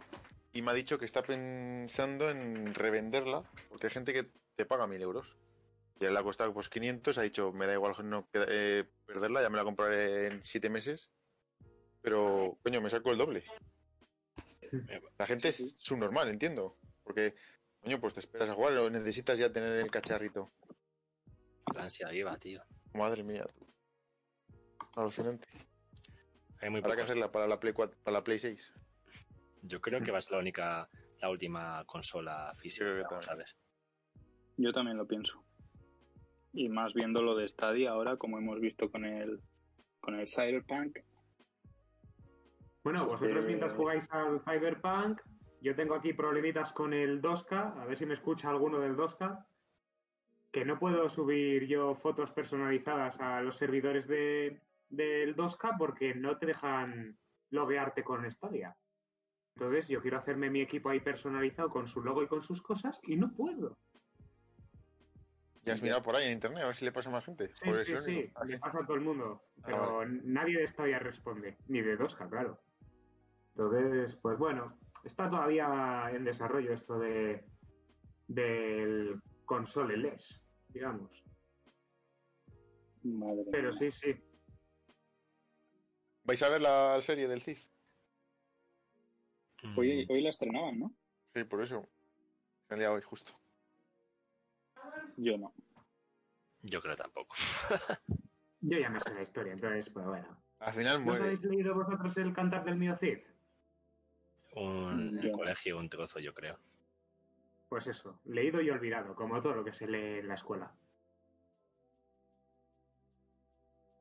Speaker 3: y me ha dicho que está pensando en revenderla, porque hay gente que te paga mil euros. Y a él le ha costado pues 500, ha dicho, me da igual no queda- eh, perderla, ya me la compraré en siete meses. Pero, coño, me saco el doble. La gente
Speaker 4: Sí, sí.
Speaker 3: es subnormal, entiendo. Porque, coño, pues te esperas a jugar o necesitas ya tener el cacharrito.
Speaker 1: La ansia viva, tío.
Speaker 3: Madre mía. tú. Alucinante.
Speaker 1: Hay muy
Speaker 3: Habrá que
Speaker 1: pocos.
Speaker 3: hacerla para la Play 4, para la Play 6.
Speaker 1: Yo creo que va a ser la única, la última consola física,
Speaker 3: Creo que
Speaker 1: digamos, ¿sabes?
Speaker 4: yo también lo pienso. Y más viendo lo de Stadia ahora, como hemos visto con el con el Cyberpunk,
Speaker 2: Bueno, vosotros
Speaker 4: Eh,
Speaker 2: mientras jugáis al Cyberpunk, yo tengo aquí problemitas con el 2K, a ver si me escucha alguno del 2K, que no puedo subir yo fotos personalizadas a los servidores de, del 2K porque no te dejan loguearte con Stadia. Entonces yo quiero hacerme mi equipo ahí personalizado con su logo y con sus cosas y no puedo.
Speaker 3: Ya has mirado por ahí en internet, a ver si le pasa a más gente.
Speaker 2: Sí,
Speaker 3: por
Speaker 2: sí,
Speaker 3: eso,
Speaker 2: sí,
Speaker 3: ¿no?
Speaker 2: le pasa a todo el mundo, pero
Speaker 3: Ah,
Speaker 2: nadie de Stadia responde, ni de 2K, claro. Entonces, pues bueno, está todavía en desarrollo esto de del console LES, digamos.
Speaker 4: madre
Speaker 2: Pero
Speaker 4: mía.
Speaker 2: sí, sí.
Speaker 3: ¿Vais a ver la serie del CIF?
Speaker 4: Hoy,
Speaker 1: Mm,
Speaker 4: hoy la estrenaban, ¿no?
Speaker 3: Sí, por eso. Me he liado hoy justo.
Speaker 4: Yo no.
Speaker 1: Mm, Yo creo tampoco.
Speaker 2: Yo ya me sé la historia, entonces, pues bueno.
Speaker 3: Al final
Speaker 2: ¿No os
Speaker 3: muere.
Speaker 2: habéis leído vosotros el cantar del mío Cid?
Speaker 1: Un, en el
Speaker 4: Yo-
Speaker 1: colegio, un trozo, yo creo.
Speaker 2: Pues eso, leído y olvidado, como todo lo que se lee en la escuela.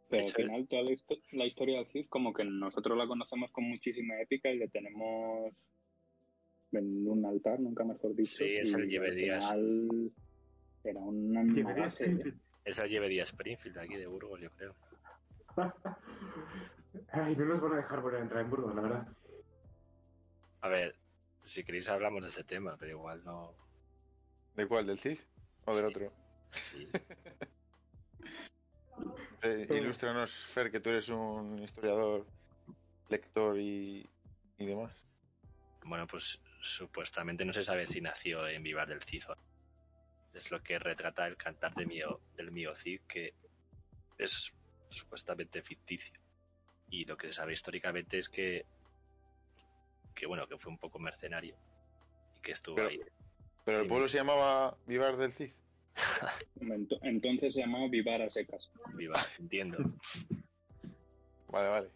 Speaker 4: Pero al
Speaker 1: Eso es.
Speaker 4: final toda la, histo- la historia del CIS como que nosotros la conocemos con muchísima épica y la tenemos en un altar, nunca mejor dicho.
Speaker 1: Sí, es el
Speaker 4: y al
Speaker 1: Llevedías.
Speaker 4: final Era un
Speaker 2: Que me
Speaker 4: malaje, ¿eh?
Speaker 2: digas-
Speaker 1: Esa llevaría Springfield de aquí de Burgos, yo creo.
Speaker 2: *laughs* Ay, no nos van a dejar volver a entrar en Burgos, la verdad.
Speaker 1: A ver, si queréis hablamos de este tema, pero igual no.
Speaker 3: ¿De cuál? ¿Del CIF? ¿O del otro?
Speaker 1: sí.
Speaker 3: Te- ilústranos, Fer, que tú eres un historiador, lector y, y demás.
Speaker 1: Bueno, pues supuestamente no se sabe si nació en Vivar del Cid. o no. Es lo que retrata el cantar de mío, del mío Cid, que es supuestamente ficticio. Y lo que se sabe históricamente es que, que bueno, que fue un poco mercenario y que estuvo
Speaker 3: Pero-
Speaker 1: ahí.
Speaker 3: Pero el
Speaker 1: Sí.
Speaker 3: pueblo se llamaba Vivar del CIF.
Speaker 4: Ento- Entonces se llamaba Vivar a secas.
Speaker 1: Vivar, entiendo.
Speaker 3: Vale, vale.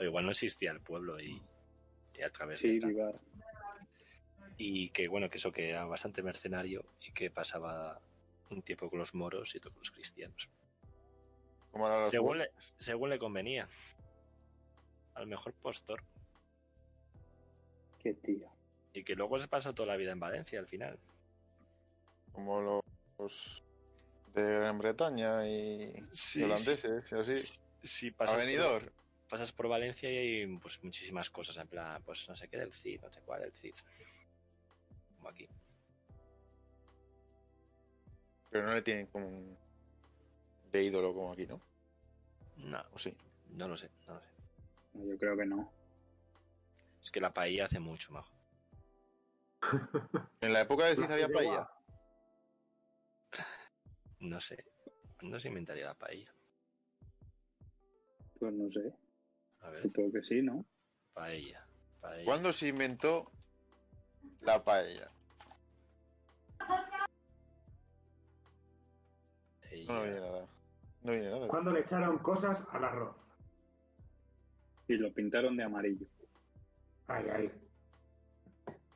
Speaker 1: O igual no existía el pueblo y, y a través
Speaker 4: Sí,
Speaker 1: de tal.
Speaker 4: Vivar.
Speaker 1: y que bueno, que eso que era bastante mercenario y que pasaba un tiempo con los moros y otro con los cristianos.
Speaker 3: Como ahora los
Speaker 1: Según
Speaker 3: jugos.
Speaker 1: le, según le convenía. Al mejor postor.
Speaker 4: Qué tío.
Speaker 1: Y que luego se pasó toda la vida en Valencia al final.
Speaker 3: Como los, de Gran Bretaña y
Speaker 1: Sí,
Speaker 3: holandeses, y así.
Speaker 1: Si pasas, por,
Speaker 3: Avenidor.
Speaker 1: pasas por Valencia y hay pues, muchísimas cosas. En plan, pues no sé qué del CID, no sé cuál del CID. Como aquí.
Speaker 3: Pero no le tienen como un- de ídolo como aquí, ¿no?
Speaker 1: No,
Speaker 3: ¿O sí?
Speaker 1: no lo sé, no lo sé.
Speaker 4: No, Yo creo que no.
Speaker 1: Es que la paella hace mucho mejor.
Speaker 3: En la época de Cid
Speaker 2: La
Speaker 3: había
Speaker 2: gente
Speaker 3: paella.
Speaker 2: guapa.
Speaker 1: No sé. ¿Cuándo se inventaría la paella?
Speaker 4: Pues no sé,
Speaker 1: A ver,
Speaker 4: supongo que sí, ¿no?
Speaker 1: paella. paella.
Speaker 3: ¿Cuándo se inventó la paella?
Speaker 1: Paella.
Speaker 3: No, no viene nada. No viene nada.
Speaker 2: Cuando le echaron cosas al arroz.
Speaker 4: Y lo pintaron de amarillo.
Speaker 2: Ay, ay.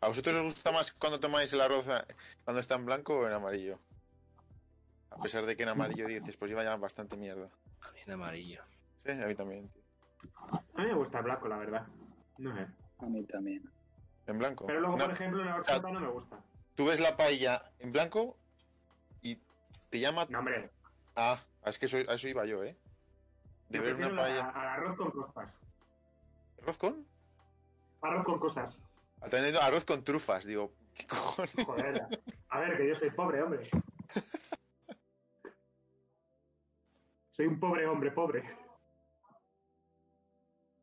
Speaker 3: ¿A vosotros os gusta más cuando tomáis el arroz a- cuando está en blanco o en amarillo? A pesar de que en amarillo dices, pues lleva ya bastante mierda.
Speaker 1: A mí en amarillo.
Speaker 3: Sí, a mí también.
Speaker 2: A mí me gusta el blanco, la verdad. No sé.
Speaker 4: A mí también.
Speaker 3: En blanco.
Speaker 2: Pero luego,
Speaker 3: Oh, No,
Speaker 2: por ejemplo, la horchata no me gusta.
Speaker 3: tú ves la paella en blanco y te llama...
Speaker 2: No, hombre.
Speaker 3: Ah, es que eso, a eso iba yo, ¿eh? De
Speaker 2: yo
Speaker 3: ver
Speaker 2: prefiero
Speaker 3: una
Speaker 2: la-
Speaker 3: paella...
Speaker 2: Al arroz con cosas.
Speaker 3: ¿Arroz con?
Speaker 2: Arroz con cosas.
Speaker 3: Atendiendo arroz con trufas, digo, ¿qué cojones?
Speaker 2: Joder. A ver, que yo soy pobre, hombre. Soy un pobre hombre, pobre.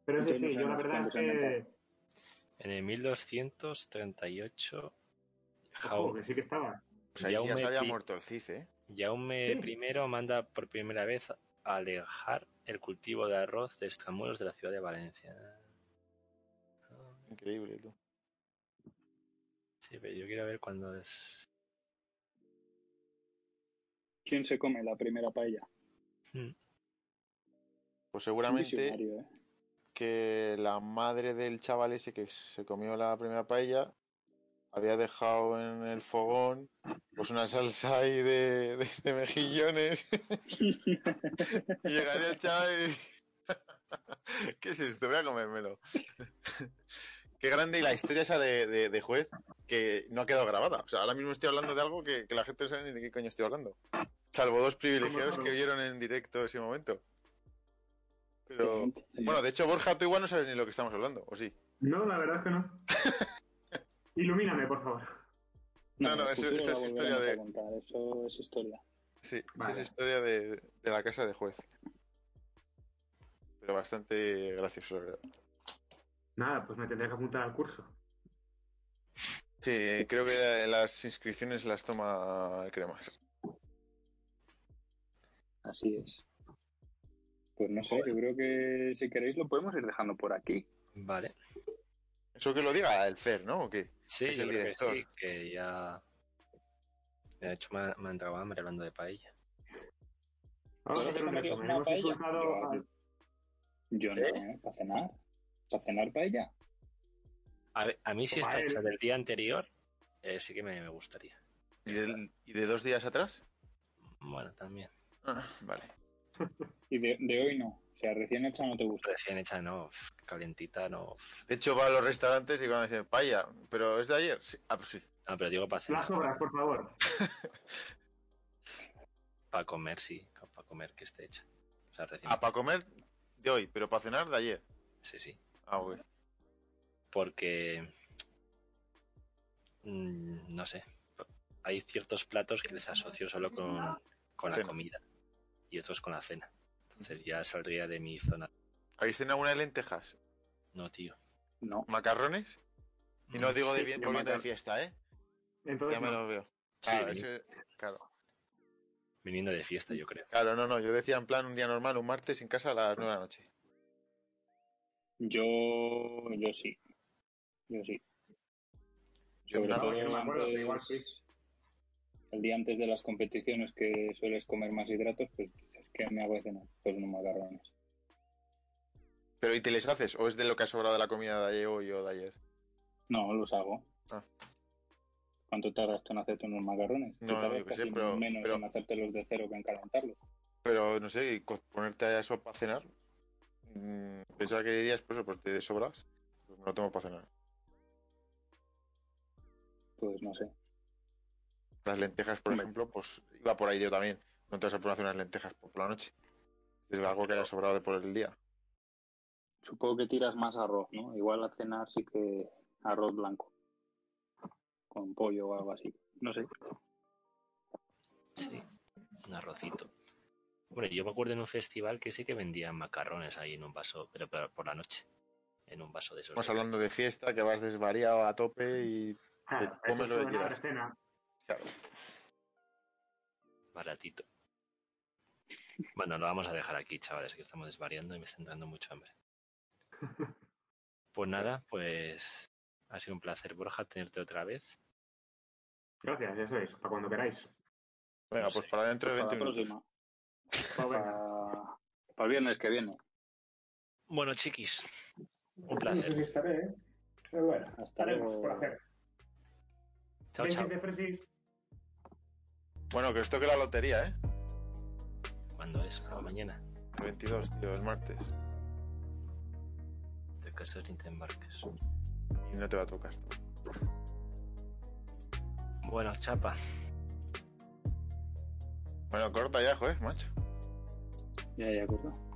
Speaker 2: Pero sí,
Speaker 4: Entonces
Speaker 2: sí,
Speaker 4: no
Speaker 2: yo la
Speaker 4: sabemos
Speaker 2: verdad
Speaker 4: cuándo
Speaker 2: es
Speaker 4: se inventó.
Speaker 2: que.
Speaker 1: En el 1238,
Speaker 2: Ojo,
Speaker 1: Jaume,
Speaker 2: que sí que estaba.
Speaker 3: O sea,
Speaker 1: Jaume
Speaker 3: pues ya se había
Speaker 1: Pi-
Speaker 3: muerto el CIS, ¿eh?
Speaker 1: Jaume
Speaker 2: Sí.
Speaker 1: I manda por primera vez a alejar el cultivo de arroz de extramuros de la ciudad de Valencia.
Speaker 3: Increíble, tú.
Speaker 1: Sí, pero yo quiero ver cuándo es.
Speaker 4: ¿Quién se come la primera paella?
Speaker 3: Pues
Speaker 4: Un
Speaker 3: seguramente
Speaker 4: visionario, ¿eh?
Speaker 3: que la madre del chaval ese que se comió la primera paella había dejado en el fogón pues una salsa ahí de, de- de mejillones *laughs*
Speaker 4: ¿eh?
Speaker 3: y llegaría el chaval y... *laughs* ¿Qué es esto? Voy a comérmelo. *laughs* Qué grande y la historia esa de, de- de juez que no ha quedado grabada. O sea, ahora mismo estoy hablando de algo que, que la gente no sabe ni de qué coño estoy hablando. Salvo dos privilegiados que vieron en directo ese momento. Pero...
Speaker 4: *laughs*
Speaker 3: Bueno, de hecho, Borja, tú igual no sabes ni lo que estamos hablando, ¿o sí?
Speaker 2: No, la verdad es que
Speaker 3: *laughs*
Speaker 2: no. Ilumíname, por favor.
Speaker 3: no, no,
Speaker 4: en el
Speaker 3: eso-
Speaker 4: futuro
Speaker 3: eso
Speaker 4: la
Speaker 3: es historia
Speaker 4: volveremos a
Speaker 3: de-
Speaker 4: contar, Eso es historia.
Speaker 3: Sí,
Speaker 2: Vale.
Speaker 3: esa es historia de, de la casa de juez. Pero bastante gracioso, la verdad.
Speaker 2: Nada, pues me tendré que apuntar al curso.
Speaker 3: Sí, eh, creo que las inscripciones las toma el Cremas.
Speaker 4: Así es. Pues no sé, yo creo que si queréis lo podemos ir dejando por aquí.
Speaker 1: Vale.
Speaker 3: Eso que lo diga el Fer, ¿no? ¿O qué?
Speaker 1: Sí,
Speaker 3: Es
Speaker 1: yo creo
Speaker 3: el
Speaker 1: que
Speaker 3: director.
Speaker 1: sí, que ya. De hecho, me ha, me ha entrado hambre hablando de paella.
Speaker 2: Vamos a hacer un
Speaker 4: ¿Quieres
Speaker 2: resumen.
Speaker 4: una
Speaker 2: Hemos
Speaker 4: paella?
Speaker 2: insultado al-
Speaker 4: Yo no, ¿eh? Para cenar. Para cenar paella.
Speaker 1: A, ver, a mí, si está
Speaker 2: Paella.
Speaker 1: hecha del día anterior, eh, sí que me, me gustaría.
Speaker 3: ¿Y del- y de, dos días atrás?
Speaker 1: Bueno, también.
Speaker 3: Ah, vale.
Speaker 4: Y de, de hoy no. O sea, recién hecha no te gusta.
Speaker 1: Recién hecha, no. pf, Calentita, no. pf.
Speaker 3: De hecho, va a los restaurantes y cuando dicen, paya, ¿pero es de ayer? Sí. Ah, pues sí.
Speaker 1: No, pero digo para cenar.
Speaker 2: Las obras, por favor.
Speaker 1: Para comer, sí. Para comer que esté hecha. O sea, recién.
Speaker 3: Ah, para comer de hoy, pero para cenar de ayer.
Speaker 1: Sí, sí.
Speaker 3: Ah, ok.
Speaker 1: Porque. mm, no sé. Hay ciertos platos que les asocio solo con, con la
Speaker 3: Cena.
Speaker 1: comida y otros con la cena. Entonces ya saldría de mi zona.
Speaker 3: ¿Habéis cenado una de lentejas?
Speaker 1: No, tío.
Speaker 4: No.
Speaker 3: ¿Macarrones? Y no digo de
Speaker 1: Mm, Sí,
Speaker 3: bien,
Speaker 4: yo
Speaker 3: volviendo de
Speaker 4: macar-
Speaker 3: fiesta, ¿eh?
Speaker 2: Entonces,
Speaker 3: Ya me
Speaker 2: no.
Speaker 3: lo veo.
Speaker 1: sí,
Speaker 3: Claro,
Speaker 1: veni-
Speaker 3: ese- claro.
Speaker 1: viniendo de fiesta, yo creo.
Speaker 3: Claro, no, no, yo decía en plan un día normal, un martes en casa a las 9 de la noche.
Speaker 4: Yo, yo sí. Yo sí.
Speaker 3: Yo
Speaker 4: Sobre
Speaker 3: nada,
Speaker 4: todo
Speaker 2: yo no me acuerdo,
Speaker 4: antes-
Speaker 2: pero igual sí.
Speaker 4: El día antes de las competiciones que sueles comer más hidratos, pues dices, ¿qué me hago de cenar? Pues unos macarrones.
Speaker 3: Pero ¿y te les haces? ¿O es de lo que ha sobrado de la comida de ayer o yo de ayer?
Speaker 4: No, los hago.
Speaker 3: Ah.
Speaker 4: ¿Cuánto tardas tú en hacerte unos macarrones? Tú
Speaker 3: No, no,
Speaker 4: tardas
Speaker 3: yo qué sé,
Speaker 4: casi
Speaker 3: pero-
Speaker 4: menos
Speaker 3: pero-
Speaker 4: en hacértelos de cero que en calentarlos.
Speaker 3: Pero no sé, y co- ponerte a eso para cenar. mm, Pensaba que dirías, pues, eso, pues te sobras. Pues me lo tomo para cenar.
Speaker 4: Pues no sé.
Speaker 3: Las lentejas, por
Speaker 4: Hombre.
Speaker 3: ejemplo, pues iba por ahí yo también. No te vas a poner a hacer unas lentejas por la noche. Es algo que haya sobrado de por el día.
Speaker 4: Supongo que tiras más arroz, ¿no? Igual a cenar sí que arroz blanco. Con pollo o algo así. No sé.
Speaker 1: Sí. Un arrocito. Bueno, yo me acuerdo en un festival que sí que vendían macarrones ahí en un vaso, pero, pero por la noche. En un vaso de esos.
Speaker 3: Estamos
Speaker 1: de-
Speaker 3: hablando de fiesta, que vas desvariado a tope y
Speaker 2: Claro,
Speaker 3: Te comes
Speaker 2: eso
Speaker 3: lo que
Speaker 2: fue una
Speaker 3: quieras.
Speaker 2: escena.
Speaker 3: Claro.
Speaker 1: Baratito. Bueno, lo vamos a dejar aquí, chavales, que estamos desvariando y me están dando mucho hambre. Pues nada, pues ha sido un placer, Borja, tenerte otra vez.
Speaker 2: Gracias, ya sabéis, para cuando queráis.
Speaker 3: Venga,
Speaker 1: No
Speaker 3: pues
Speaker 1: sé.
Speaker 3: para dentro de
Speaker 4: Para
Speaker 3: 20
Speaker 4: la
Speaker 3: minutos.
Speaker 4: próxima.
Speaker 2: Pues venga.
Speaker 4: *laughs* Para, para el viernes que viene.
Speaker 1: Bueno, chiquis, un placer.
Speaker 2: Sí, estaré, ¿eh? Pero bueno,
Speaker 4: Hasta
Speaker 2: estaremos
Speaker 4: luego.
Speaker 2: por hacer.
Speaker 1: Chao, chao.
Speaker 2: Venga, de Fresis.
Speaker 3: Bueno, que os toque la lotería, ¿eh?
Speaker 1: ¿Cuándo es? Ah, mañana.
Speaker 3: El 22, tío, es martes.
Speaker 1: El caso de te embarques.
Speaker 3: Y no te va a tocar.
Speaker 1: Bueno, chapa.
Speaker 3: Bueno, corta ya, joder, macho.
Speaker 4: Ya, ya, corta.